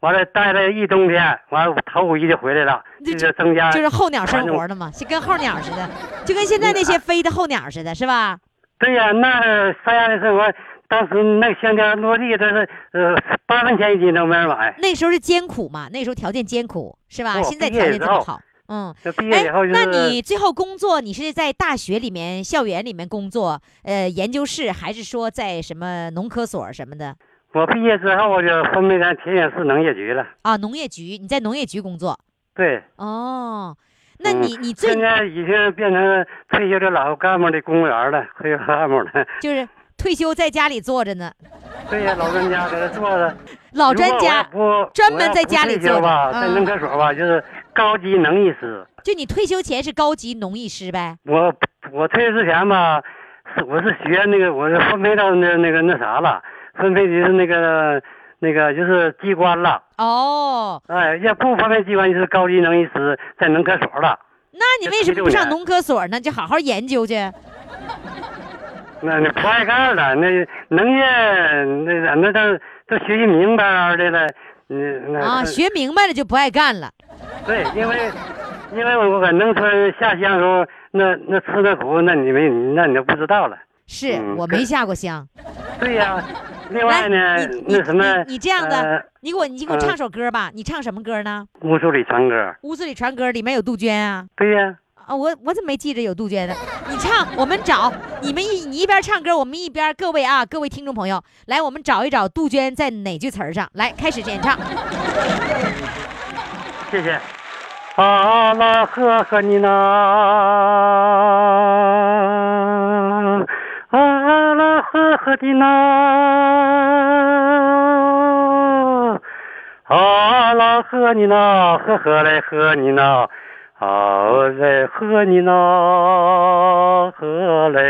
Speaker 7: 完了待了一冬天，完了头五一就回来了，
Speaker 1: 这
Speaker 7: 就是增加
Speaker 1: 就是候鸟生
Speaker 7: 啊反正嗯啊
Speaker 1: 活的嘛，是跟候鸟似的，就跟现在那些飞的候鸟似的，是吧？
Speaker 7: 对呀、那三亚的生活，当时那香蕉落地都是呃八分钱一斤都没人买。
Speaker 1: 那时候是艰苦嘛，那时候条件艰苦，是吧？
Speaker 7: 哦
Speaker 1: 现在
Speaker 7: 毕业
Speaker 1: 条件
Speaker 7: 之
Speaker 1: 这么
Speaker 7: 后
Speaker 1: 好，嗯。
Speaker 7: 这毕业
Speaker 1: 哎
Speaker 7: 以后，就是、
Speaker 1: 那你最后工作，你是在大学里面、校园里面工作，呃，研究室，还是说在什么农科所什么的
Speaker 7: 我毕业之后我就分配到铁岭市农业局了。
Speaker 1: 啊？农业局，你在农业局工作，
Speaker 7: 对，
Speaker 1: 哦，那
Speaker 7: 嗯
Speaker 1: 你你最
Speaker 7: 现在已经变成退休的老干部的公务员了，退休干部了。 [LAUGHS]
Speaker 1: 就是退休在家里坐着呢，
Speaker 7: 对呀，老专家在这坐着。
Speaker 1: 老专家
Speaker 7: 如果我要不
Speaker 1: 专门在家
Speaker 7: 我
Speaker 1: 里
Speaker 7: 要不退休
Speaker 1: 坐着
Speaker 7: 吧，在
Speaker 1: 嗯
Speaker 7: 农科所吧，就是高级农艺师。
Speaker 1: 就你退休前是高级农艺师呗？
Speaker 7: 我我退休之前吧，是我是学那个，我是分配到那那个那啥了，分配的是那个那个就是机关了，
Speaker 1: 哦，
Speaker 7: 哎，要不发配机关就是高级能力师在农科所了。
Speaker 1: 那你为什么不上农科所呢？就好好研究去。
Speaker 7: 那那不爱干了，那农业那咱们都都学习明白了的了，嗯，那
Speaker 1: 啊，
Speaker 7: 那
Speaker 1: 学明白了就不爱干了。
Speaker 7: 对，因为因为我搁农村下乡的时候，那那吃的苦，那你没那你就不知道了。
Speaker 1: 是
Speaker 7: 嗯
Speaker 1: 我没下过乡。
Speaker 7: 对呀、另外呢
Speaker 1: 来，，你你
Speaker 7: 那什么，
Speaker 1: 你你这样
Speaker 7: 呃
Speaker 1: 的，你给我你给我
Speaker 7: 嗯
Speaker 1: 唱首歌吧。你唱什么歌呢？
Speaker 7: 乌苏里船歌，
Speaker 1: 屋子里传歌里面有杜鹃啊。
Speaker 7: 对呀、
Speaker 1: 啊，我我怎么没记着有杜鹃呢？你唱，我们找你们一你一边唱歌，我们一边各位啊，各位听众朋友，来，我们找一找杜鹃在哪句词儿上。来，开始演唱。
Speaker 7: 谢谢。阿拉赫赫尼那，阿拉赫赫的那，阿拉赫尼那，赫赫来赫尼那，啊来赫尼那，赫来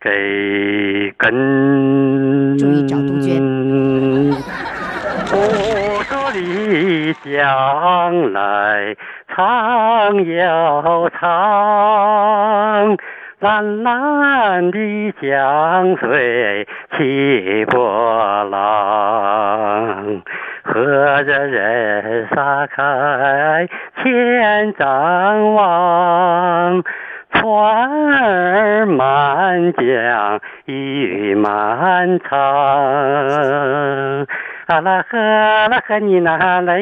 Speaker 7: 给根。
Speaker 1: 注意找杜鹃
Speaker 7: 我这里将来唱又唱，蓝蓝的江水起波浪，和着人撒开千张望。船儿满江，雨满长。啊啦呵啦呵你那来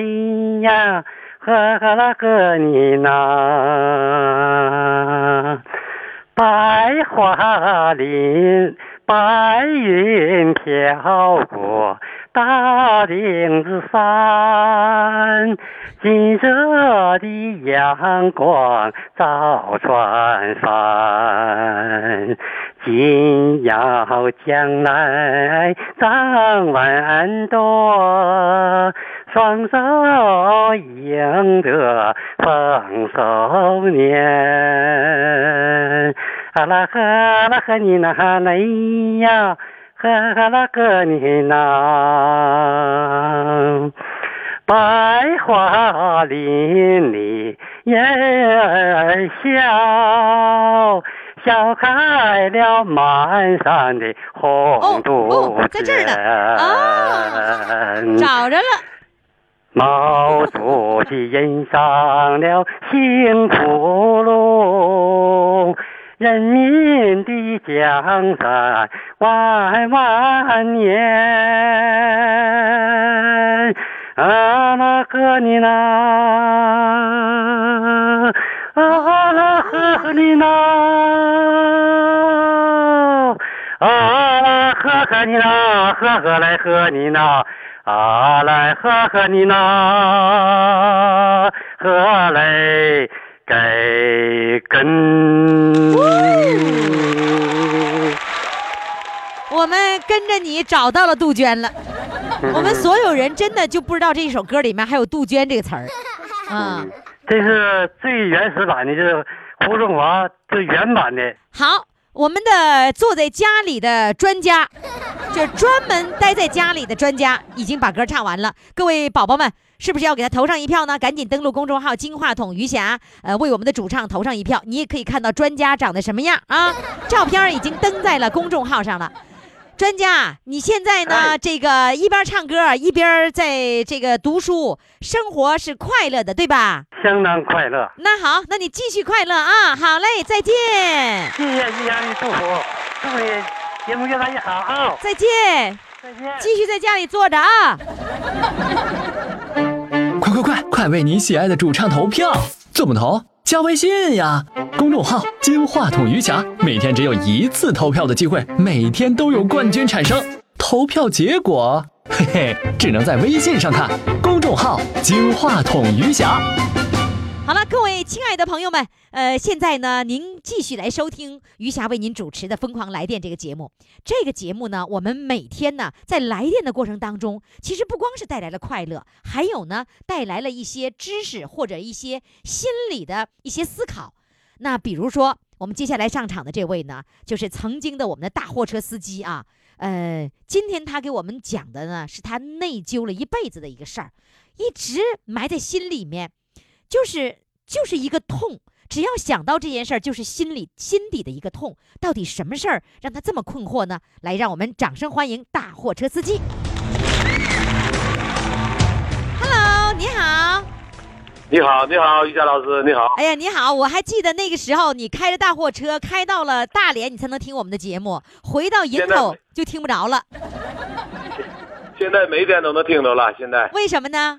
Speaker 7: 呀，呵呵啦呵你那。白桦林，白云飘过大岭子山，金色的阳光照船帆。今要将来张万多，双手迎着丰收年。啊啦呵啦呵你那来呀，呵呵啦个你那。白桦林里人儿笑，笑开了满山的红杜
Speaker 1: 哦哦在这儿呢哦
Speaker 2: 嗯
Speaker 7: 鹃。
Speaker 1: 找着了，
Speaker 7: 毛主席印上了幸福路，人民的江山万万年。啊啦呵你啦，啊啦呵呵你啦，啊啦呵呵你啦，呵呵来呵你啦。啊来呵呵你呐，呵来给根。
Speaker 1: 我们跟着你找到了杜鹃了。我们所有人真的就不知道这一首歌里面还有杜鹃这个词儿，啊，
Speaker 7: 这是最原始版的，就是胡中华最原版的。
Speaker 1: 好，我们的坐在家里的专家， [LAUGHS] 就是专门待在家里的专家，已经把歌唱完了。各位宝宝们，是不是要给他投上一票呢？赶紧登录公众号“金话筒余霞”，呃，为我们的主唱投上一票。你也可以看到专家长得什么样啊，照片儿已经登在了公众号上了。专家，你现在呢？
Speaker 7: 哎
Speaker 1: 这个一边唱歌一边在这个读书，生活是快乐的，对吧？
Speaker 7: 相当快乐，
Speaker 1: 那好，那你继续快乐啊！好嘞，再见。
Speaker 7: 谢谢一阳的祝福，祝你节目越办越好啊、
Speaker 1: 再见，
Speaker 7: 再见。
Speaker 1: 继续在家里坐着啊。
Speaker 4: 快快快，快为你喜爱的主唱投票！怎么投？加微信 [LAUGHS] 呀，公众号“金话筒余霞”，每天只有一次投票的机会，每天都有冠军产生。投票结果，嘿嘿，只能在微信上看。公众号“金话筒余霞”。
Speaker 1: 好了，各位亲爱的朋友们，呃，现在呢，您继续来收听余霞为您主持的《疯狂来电》这个节目。这个节目呢，我们每天呢在来电的过程当中，其实不光是带来了快乐，还有呢带来了一些知识或者一些心理的一些思考。那比如说，我们接下来上场的这位呢，就是曾经的我们的大货车司机啊，呃，今天他给我们讲的呢，是他内疚了一辈子的一个事儿，一直埋在心里面，就是就是一个痛。只要想到这件事儿，就是心里心底的一个痛。到底什么事儿让他这么困惑呢？来，让我们掌声欢迎大货车司机。Hello，你好。
Speaker 8: 你好，你好，于佳老师，你好。
Speaker 1: 哎呀，你好！我还记得那个时候，你开着大货车开到了大连，你才能听我们的节目，回到营
Speaker 8: 现在
Speaker 1: 口就听不着了。
Speaker 8: 现在每天都能听着了，现在
Speaker 1: 为什么呢？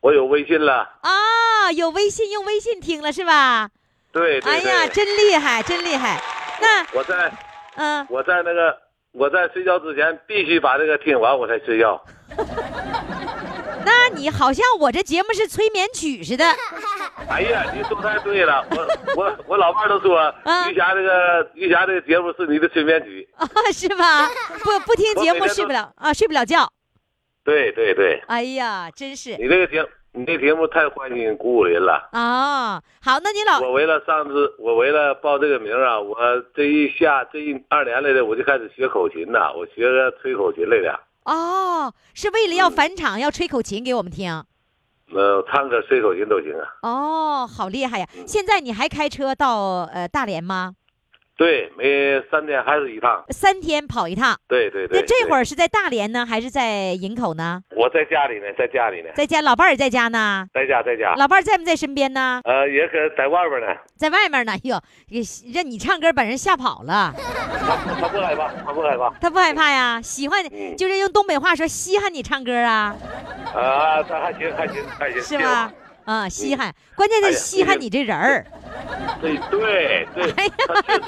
Speaker 8: 我有微信了。
Speaker 1: 啊，有微信，用微信听了是吧？
Speaker 8: 对对
Speaker 1: 哎
Speaker 8: 对，
Speaker 1: 呀，真厉害，真厉害！那
Speaker 8: 我在
Speaker 1: 嗯、
Speaker 8: 我在那个我在睡觉之前必须把这个听完，我才睡觉。
Speaker 1: 那你好像我这节目是催眠曲似的。 [LAUGHS]
Speaker 8: 哎呀，你说太对了，我我我老伴儿都说
Speaker 1: 嗯
Speaker 8: 于霞这个于霞这个节目是你的催眠曲。
Speaker 1: 啊，是
Speaker 8: [LAUGHS]
Speaker 1: 吧？不不听节目
Speaker 8: 我每天都
Speaker 1: 睡不了啊，睡不了觉。
Speaker 8: 对对对，
Speaker 1: 哎呀，真是
Speaker 8: 你这个节你这节目太欢欣鼓舞人了。
Speaker 1: 啊。好，那你老
Speaker 8: 我为了上次，我为了报这个名儿啊，我这一下这一二年来的，我就开始学口琴呐，我学个吹口琴来的，
Speaker 1: 哦，是为了
Speaker 8: 嗯
Speaker 1: 要返场，要吹口琴给我们听。
Speaker 8: 呃，唱歌吹口琴都行啊。
Speaker 1: 哦，好厉害呀！现在你还开车到呃大连吗？
Speaker 8: 对，每三天还是一趟。
Speaker 1: 三天跑一趟。
Speaker 8: 对对对。
Speaker 1: 那这会
Speaker 8: 儿
Speaker 1: 儿是在大连呢，还是在营口呢？
Speaker 8: 我在家里呢，在家里呢，
Speaker 1: 在家，老伴儿也在家呢。
Speaker 8: 在家在家。
Speaker 1: 老伴儿在不在身边呢？
Speaker 8: 呃，也可在外边呢，
Speaker 1: 在外面呢。哎呦，给让你唱歌把人吓跑了，
Speaker 8: 他他不害怕，他不害怕。
Speaker 1: 他不害怕呀？喜欢
Speaker 8: 嗯
Speaker 1: 就是用东北话说稀罕你唱歌啊，
Speaker 8: 啊，他还行还行还行。
Speaker 1: 是
Speaker 8: 谢谢 [LAUGHS]
Speaker 1: 吧？啊，稀罕，关键
Speaker 8: 嗯哎
Speaker 1: 是
Speaker 8: 呀
Speaker 1: 稀罕你这
Speaker 8: [LAUGHS]
Speaker 1: 人儿，
Speaker 8: 对对对，
Speaker 1: 哎呀
Speaker 8: 他确实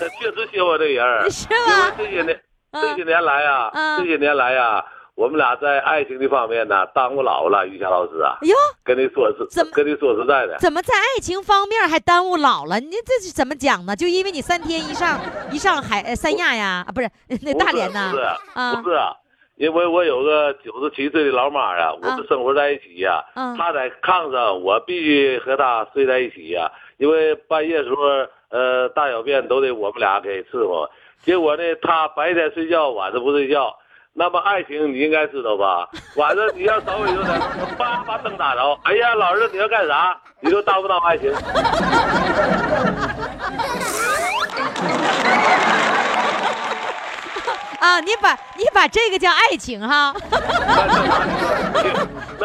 Speaker 8: 他确实喜欢我这人儿，
Speaker 1: 是
Speaker 8: 因为
Speaker 1: 吧？
Speaker 8: 这些年这些
Speaker 1: 嗯
Speaker 8: 年来啊，
Speaker 1: 嗯
Speaker 8: 这些年来啊，我们俩在爱情这方面呢，耽误老了，于霞老师啊，
Speaker 1: 哎呦，
Speaker 8: 跟你说实
Speaker 1: 怎么，
Speaker 8: 跟你说实在的，
Speaker 1: 怎么在爱情方面还耽误老了？你这是怎么讲呢？就因为你三天一
Speaker 8: [LAUGHS]
Speaker 1: 上一上海呃三亚呀，啊，不是那
Speaker 8: 不
Speaker 1: 大
Speaker 8: 是
Speaker 1: 连呐
Speaker 8: 不，是
Speaker 1: 啊
Speaker 8: 不是，因为我有个九十七岁的老妈啊，我们生活在一起呀、
Speaker 1: 嗯
Speaker 8: 她在炕上，我必须和她睡在一起呀、因为半夜时候，呃，大小便都得我们俩给伺候。结果呢，她白天睡觉，晚上不睡觉。那么爱情你应该知道
Speaker 1: [LAUGHS]
Speaker 8: 吧？晚上你要稍微有点，叭把灯打着，哎呀，老儿子你要干啥？你说当不当爱情？
Speaker 1: 啊，你把你把这个叫爱情哈，
Speaker 8: [LAUGHS] 那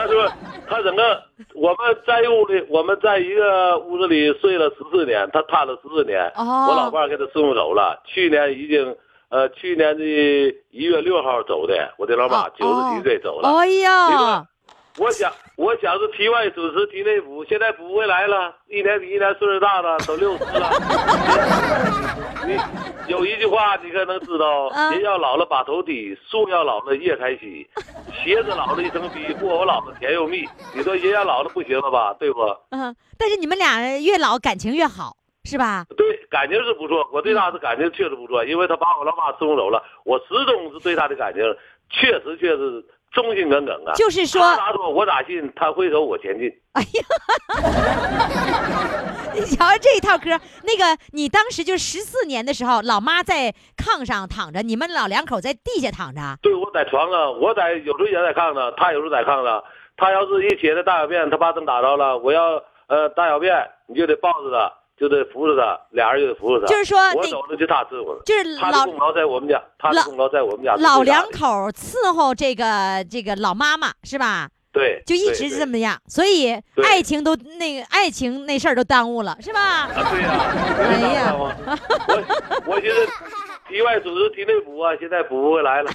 Speaker 8: 时候他整个我们在一屋里，我们在一个屋子里睡了十四年，他瘫了十四年，
Speaker 1: 哦
Speaker 8: 我老伴儿给他送走了。去年已经呃，去年的一月六号走的，我的老妈九十七岁走了。
Speaker 1: 哎
Speaker 8: 你说
Speaker 1: 呀，
Speaker 8: 我想，我想是体外损失体内补，现在补不回来了，一年比一年岁数大了，都六十
Speaker 1: [LAUGHS]
Speaker 8: 了。你有一句话你可能知道，
Speaker 1: 嗯
Speaker 8: 人要老了把头低，树要老了叶开稀，鞋子老了一层皮，木偶老了甜又蜜。你说人要老了不行了吧？对不？
Speaker 1: 嗯，但是你们俩越老感情越好，是吧？
Speaker 8: 对，感情是不错，我对他的感情确实不错，因为他把我老妈送走了，我始终是对他的感情确实确实忠心耿耿啊。
Speaker 1: 就是说
Speaker 8: 他咋说我咋信，他会走我前进。
Speaker 1: 你 [LAUGHS] 瞧这一套歌，那个你当时就十四年的时候，老妈在炕上躺着，你们老两口在地下躺着。
Speaker 8: 对，我在床上，我在有时候也在炕上，他有时候在炕上。他要是一起来大小便，他把灯打着了，我要呃大小便，你就得抱着他，就得扶着他，俩人就得扶着他。
Speaker 1: 就是说
Speaker 8: 我
Speaker 1: 那
Speaker 8: 走了就他伺候了，
Speaker 1: 就是
Speaker 8: 他
Speaker 1: 老
Speaker 8: 的功劳在我们家，他的
Speaker 1: 老
Speaker 8: 功劳在我们家。
Speaker 1: 老两，口伺候这个这个老妈妈是吧？
Speaker 8: 对，
Speaker 1: 就一
Speaker 8: 对
Speaker 1: 直是
Speaker 8: 对
Speaker 1: 这么样，所以
Speaker 8: 对
Speaker 1: 爱情都那个爱情那事儿都耽误了是吧？
Speaker 8: 啊，对呀、
Speaker 1: 哎呀
Speaker 8: 呀，我我觉得体外组织体内补啊，现在补不回来
Speaker 1: [LAUGHS]
Speaker 8: 了。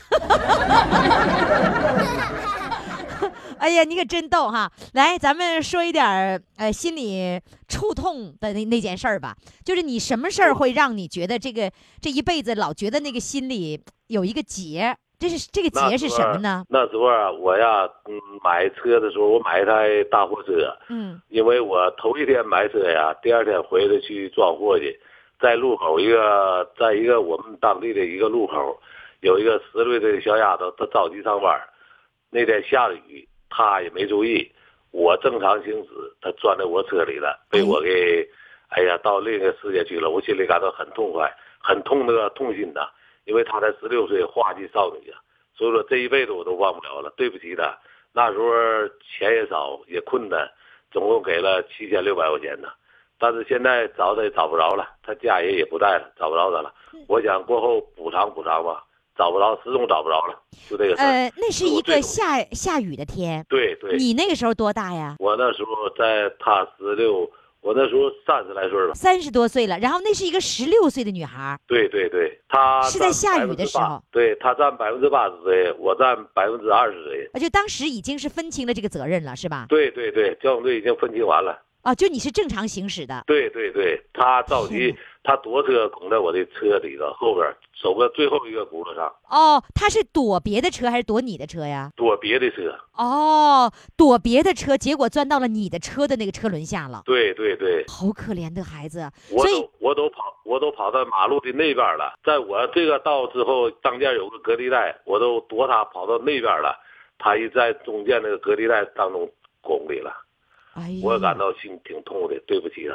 Speaker 1: 哎呀，你可真逗哈！来，咱们说一点儿呃心里触痛的那那件事儿吧，就是你什么事儿会让你觉得这个这一辈子老觉得那个心里有一个结？这是这个
Speaker 8: 那
Speaker 1: 结是
Speaker 8: 时
Speaker 1: 什
Speaker 8: 候
Speaker 1: 么呢？？
Speaker 8: 那时候啊我呀，嗯，买车的时候我买一台大货车，啊
Speaker 1: 嗯，
Speaker 8: 因为我头一天买车呀，第二天回来去装货去，在路口一个，在一个我们当地的一个路口，有一个十岁的小丫头，她着急上班儿。那天下着雨，她也没注意，我正常行驶，她钻到我车里了，被我给，哎呀，到另一个世界去了。我心里感到很痛快，很痛那个痛心呐，因为她才十六岁，花季少女呀、啊所以说这一辈子我都忘不了了，对不起她。那时候钱也少，也困难，总共给了七千六百块钱呢。但是现在找她也找不着了，她家人也不在了，找不着她了。我想过后补偿补偿吧，找不着，始终找不着了，就这个事儿。
Speaker 1: 呃，那是
Speaker 8: 我
Speaker 1: 一
Speaker 8: 最
Speaker 1: 个
Speaker 8: 懂
Speaker 1: 下下雨的天，
Speaker 8: 对对，
Speaker 1: 你那个时候多大呀？
Speaker 8: 我那时候在她十六，我那时候三十来岁了。
Speaker 1: 三十多岁了，然后那是一个十六岁的女孩儿，
Speaker 8: 对对对，他
Speaker 1: 是在下雨的时候，
Speaker 8: 对他占百分之八十的人，我占百分之二十的人。
Speaker 1: 呃就当时已经是分清了这个责任了，是吧？
Speaker 8: 对对对，交警队已经分清完了。
Speaker 1: 哦，就你是正常行驶的，
Speaker 8: 对对对，他着急
Speaker 1: [LAUGHS] 天，
Speaker 8: 他躲车拱在我的车里头后边，走个最后一个轱辘上，
Speaker 1: 哦，她是躲别的车还是躲你的车呀？
Speaker 8: 躲别的车。
Speaker 1: 哦，躲别的车，结果钻到了你的车的那个车轮下了，
Speaker 8: 对对对，
Speaker 1: 好可怜的孩子。
Speaker 8: 我
Speaker 1: 所以
Speaker 8: 都我都跑，我都跑到马路的那边了。在我这个道之后，当间有个隔离带，我都躲他跑到那边了，他一在中间那个隔离带当中拱里了。
Speaker 1: 哎呀，
Speaker 8: 我也感到心挺痛的，对不起他。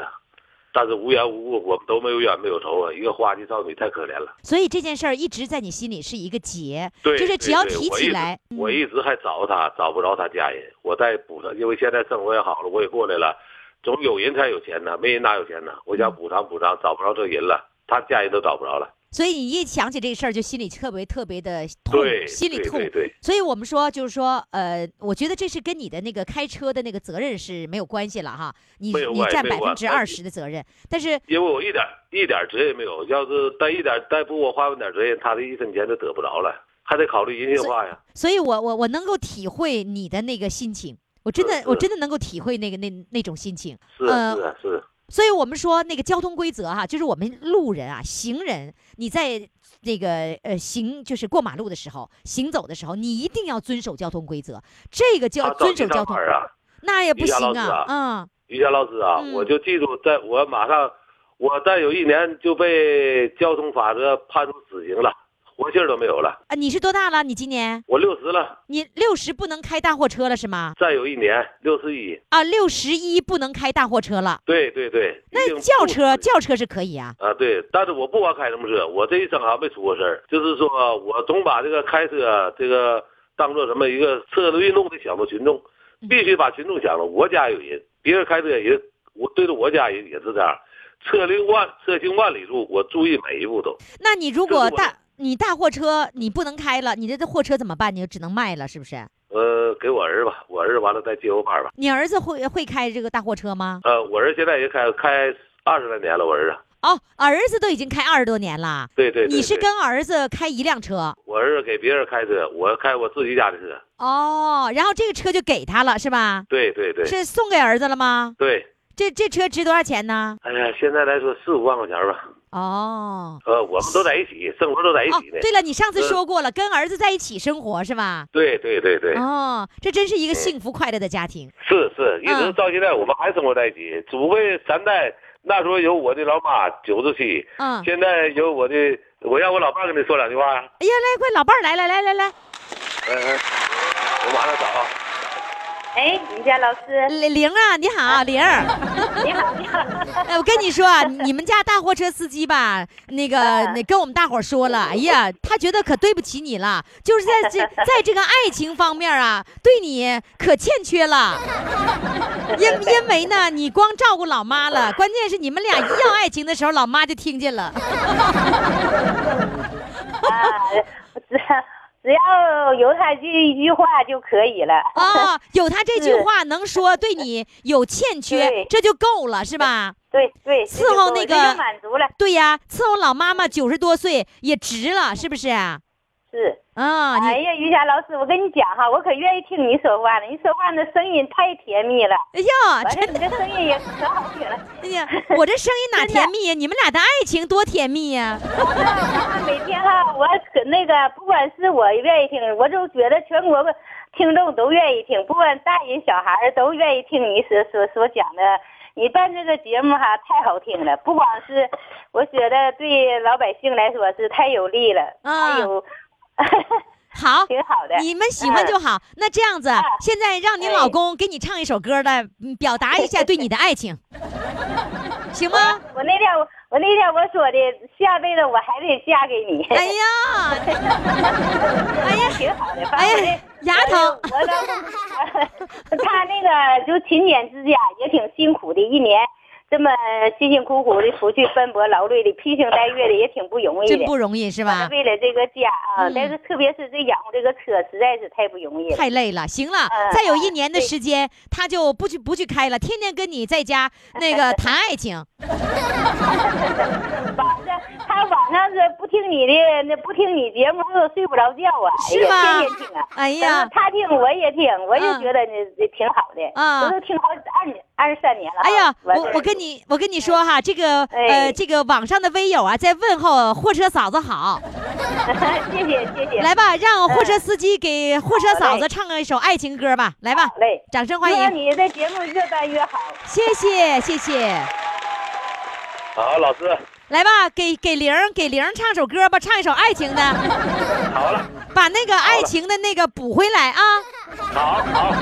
Speaker 8: 但是无缘无故，我们都没有冤没有仇啊！一个花季少女太可怜了。
Speaker 1: 所以这件事儿一直在你心里是一个结，
Speaker 8: 对，
Speaker 1: 就是只要
Speaker 8: 对对
Speaker 1: 提
Speaker 8: 我
Speaker 1: 起
Speaker 8: 一直
Speaker 1: 来，
Speaker 8: 我一直还找他，找不着他家人。我再补偿，因为现在生活也好了，我也过来了，总有人才有钱呢，没人哪有钱呢？我
Speaker 1: 嗯
Speaker 8: 想补偿补偿，找不着这人了，他家人都找不着了。
Speaker 1: 所以你一想起这事儿，就心里特别特别的痛
Speaker 8: 对，，
Speaker 1: 心里
Speaker 8: 对
Speaker 1: 痛
Speaker 8: 对。对
Speaker 1: 所以我们说，就是说，呃，我觉得这是跟你的那个开车的那个责任是没有关系了哈，你
Speaker 8: 没有
Speaker 1: 你
Speaker 8: 关系
Speaker 1: 占
Speaker 8: 没
Speaker 1: 百
Speaker 8: 有
Speaker 1: 分
Speaker 8: 关系
Speaker 1: 之二十的责任，但是
Speaker 8: 因为我一点一点责任没有，要是再一点再不我花分点责任，他的一分钱都得不着了，还得考虑人性化呀。
Speaker 1: 所以我我我能够体会你的那个心情，我真的
Speaker 8: 呃是
Speaker 1: 我真的能够体会那个那那种心情。
Speaker 8: 是啊
Speaker 1: 呃
Speaker 8: 是啊是啊。
Speaker 1: 所以我们说那个交通规则哈、就是我们路人啊、行人，你在那个呃行就是过马路的时候、行走的时候，你一定要遵守交通规则，这
Speaker 8: 他
Speaker 1: 个叫
Speaker 8: 着
Speaker 1: 遵
Speaker 8: 急
Speaker 1: 守
Speaker 8: 上
Speaker 1: 交通
Speaker 8: 班，啊！
Speaker 1: 那也不
Speaker 8: 李霞老
Speaker 1: 行
Speaker 8: 师
Speaker 1: 啊，嗯，
Speaker 8: 于霞老师啊，
Speaker 1: 嗯
Speaker 8: 我就记住，在我马上，我再有一年就被交通法则判处死刑了，活信儿都没有了。
Speaker 1: 啊，你是多大了？你今年
Speaker 8: 我六十了，
Speaker 1: 你六十不能开大货车了是吗？
Speaker 8: 再有一年六十一，
Speaker 1: 啊，六十一不能开大货车了，
Speaker 8: 对对对。已
Speaker 1: 那
Speaker 8: 经
Speaker 1: 轿
Speaker 8: 不
Speaker 1: 车轿车是可以啊，
Speaker 8: 啊，对，但是我不管开什么车，我这一生还没出过事儿。就是说我总把这个开车啊这个当做什么一个策略运动的想着群众，
Speaker 1: 嗯
Speaker 8: 必须把群众想着我家有人，别人开车也我对着我家人也是这样，车龄万车行万里路，我注意每一步都。
Speaker 1: 那你如
Speaker 8: 这是
Speaker 1: 果
Speaker 8: 我的
Speaker 1: 大你大货车你不能开了，你的这货车怎么办？你就只能卖了是不是？
Speaker 8: 呃，给我儿子吧，我儿子完了再接我班儿吧。
Speaker 1: 你儿子会会开这个大货车吗？
Speaker 8: 呃，我儿子现在也开开二十来年了，我儿子。啊
Speaker 1: 哦，儿子都已经开二十多年了。
Speaker 8: 对对对
Speaker 1: 你是
Speaker 8: 对
Speaker 1: 跟儿子开一辆车
Speaker 8: 我儿子给别人开车，我开我自己家的车。
Speaker 1: 哦，然后这个车就给他了是吧？
Speaker 8: 对对对
Speaker 1: 是送给儿子了吗？
Speaker 8: 对。
Speaker 1: 这这车值多少钱呢？
Speaker 8: 哎呀，现在来说四五万块钱吧。
Speaker 1: 哦
Speaker 8: 呃，我们都在一起，生活都在一
Speaker 1: 哦
Speaker 8: 起呢，。
Speaker 1: 对了，你上次
Speaker 8: 嗯
Speaker 1: 说过了，跟儿子在一起生活是吧？
Speaker 8: 对对对对，
Speaker 1: 哦，这真是一个幸福快乐的家庭。
Speaker 8: 是是，一直
Speaker 1: 嗯
Speaker 8: 到现在我们还生活在一起，只不过三代那时候有我的老妈九十七，
Speaker 1: 嗯，
Speaker 8: 现在有我的，我让我老伴跟你说两句话。
Speaker 1: 哎呀，来，快，老伴儿来来来来来，
Speaker 8: 嗯、嗯，我马上找啊。
Speaker 9: 哎，李佳老师，
Speaker 1: 玲玲啊，你好，玲儿。
Speaker 9: 你好，你好。
Speaker 1: 哎，我跟你说啊，你们家大货车司机吧，那个
Speaker 9: 嗯
Speaker 1: 那跟我们大伙儿说了，哎呀，他觉得可对不起你了，就是在这在这个爱情方面啊，对你可欠缺了。因因为呢，你光照顾老妈了，关键是你们俩一要爱情的时候，老妈就听见了。
Speaker 9: 啊， [LAUGHS] 只只要有他这一句话就可以了。
Speaker 1: 啊，有他这句
Speaker 9: 是
Speaker 1: 话能说对你有欠缺
Speaker 9: 对，
Speaker 1: 这就够了，是吧？
Speaker 9: [LAUGHS] 对对，
Speaker 1: 伺候那
Speaker 9: 这就够这
Speaker 1: 个
Speaker 9: 就满足了。
Speaker 1: 对呀，伺候老妈妈九十多岁也值了，是不是啊？
Speaker 9: 是，
Speaker 1: 啊，
Speaker 9: 哎
Speaker 1: 你
Speaker 9: 呀，于霞老师，我跟你讲哈，我可愿意听你说话了，你说话那声音太甜蜜了，
Speaker 1: 哎呀，
Speaker 9: 完
Speaker 1: 真
Speaker 9: 了你这声音也可好听了，
Speaker 1: 哎
Speaker 9: [LAUGHS]
Speaker 1: 呀，我这声音哪
Speaker 9: 真的
Speaker 1: 甜蜜呀？你们俩的爱情多甜蜜呀！
Speaker 9: 啊， [LAUGHS] 每天哈，我可那个不管是我愿意听，我就觉得全国的听众都愿意听，不管大人小孩儿都愿意听你所所所讲的。你办这个节目哈，太好听了，不光是我觉得对老百姓来说是太有利了，
Speaker 1: 啊
Speaker 9: 还有 [LAUGHS]
Speaker 1: 好，
Speaker 9: 挺好的。
Speaker 1: 你们
Speaker 9: 嗯
Speaker 1: 喜欢就好。那这样子，现
Speaker 9: 哎
Speaker 1: 嗯
Speaker 9: [LAUGHS]
Speaker 1: 在让你老公给你唱一首歌来，嗯表达一下对你的爱情，行吗？
Speaker 9: 我那天我我那天我说的，下辈子我还得嫁给你。
Speaker 1: 哎呀，
Speaker 9: 哎呀， [LAUGHS] 挺好的。
Speaker 1: 哎呀
Speaker 9: 反正
Speaker 1: 牙疼
Speaker 9: 我倒是 [LAUGHS] 他那个就勤俭之家也挺辛苦的，一年这么辛辛苦苦的出去奔波劳累的，披星戴月的也挺不容易
Speaker 1: 真
Speaker 9: 的。
Speaker 1: 不容易是吧？
Speaker 9: 为了这个家啊，
Speaker 1: 嗯
Speaker 9: 但是特别是这养活这个车，实在是太不容易了。
Speaker 1: 太累了，行了，
Speaker 9: 嗯
Speaker 1: 再有一年的
Speaker 9: 对
Speaker 1: 时间，他就不去不去开了，天天跟你在家
Speaker 9: 嗯
Speaker 1: 那
Speaker 9: [LAUGHS]
Speaker 1: 个谈爱情，
Speaker 9: 晚上他晚上是不听你的，那不听你节目，他都睡不着觉啊。
Speaker 1: 是
Speaker 9: 哎呀
Speaker 1: 吗
Speaker 9: 天天听啊。
Speaker 1: 哎
Speaker 9: [LAUGHS]
Speaker 1: 呀
Speaker 9: 他听我也听，我就
Speaker 1: 嗯
Speaker 9: 觉得你你挺好的。
Speaker 1: 啊
Speaker 9: 我都听好二年二十三年了啊。
Speaker 1: 哎呀，
Speaker 9: 完
Speaker 1: 我
Speaker 9: 了
Speaker 1: 我跟你我跟你说哈，这个呃
Speaker 9: 哎
Speaker 1: 这个网上的微友啊，在问候货车嫂子好，
Speaker 9: [LAUGHS] 谢谢谢谢。嗯
Speaker 1: 来吧，让货车司机给货车嫂
Speaker 9: 好
Speaker 1: 子
Speaker 9: 嘞
Speaker 1: 唱一首爱情歌吧，来吧
Speaker 9: 好，嘞，
Speaker 1: 掌声欢
Speaker 9: 希望
Speaker 1: 迎，
Speaker 9: 你的节目越办越好。
Speaker 1: 谢谢谢谢，
Speaker 10: 好，老师，
Speaker 1: 来吧，给给玲儿给玲儿唱首歌吧，唱一首爱情的，
Speaker 10: 好了，
Speaker 1: 把那个爱情的那个补回来啊，
Speaker 10: 好好。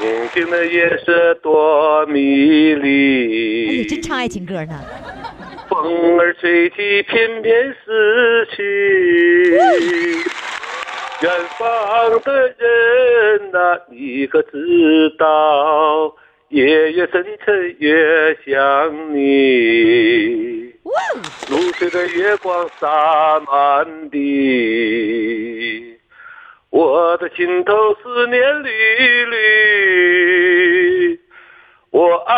Speaker 10: 宁静的夜色多迷离。
Speaker 1: 哎呀，真唱爱情歌呢，
Speaker 10: 风儿吹起，翩翩逝去。远方的人呐、你可知道？夜夜深沉越想你。
Speaker 1: 哇哦，
Speaker 10: 如水的月光洒满地，我的心头思念缕缕。我爱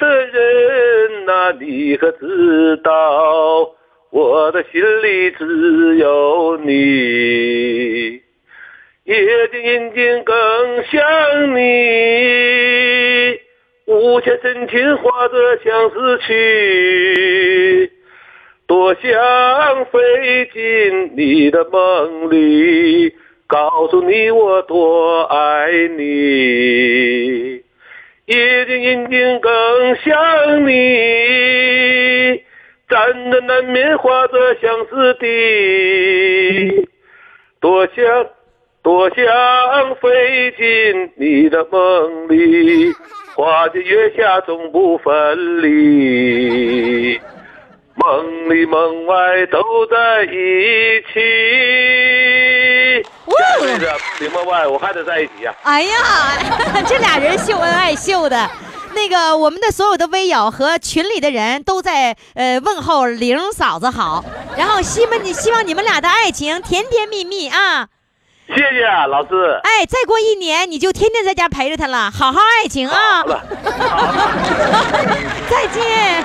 Speaker 10: 的人呐、你可知道？我的心里只有你，夜静人静更想你，无限深情化作相思曲。多想飞进你的梦里，告诉你我多爱你。夜静人静更想你，辗转难眠化作相思滴。多想，多想飞进你的梦里，花前月下总不分离。梦里梦外都在一起。
Speaker 1: 哇哦
Speaker 10: 对的，梦里梦外我还得在一起呀、
Speaker 1: 哎呀， [LAUGHS] 这俩人秀恩爱秀的。那个，我们的所有的微友和群里的人都在呃问候玲嫂子好，然后希望你希望你们俩的爱情甜甜蜜蜜啊！
Speaker 10: 谢谢啊老师。
Speaker 1: 哎，再过一年你就天天在家陪着他了，好好爱情啊！
Speaker 10: 好了，好了，
Speaker 1: [LAUGHS] 再见。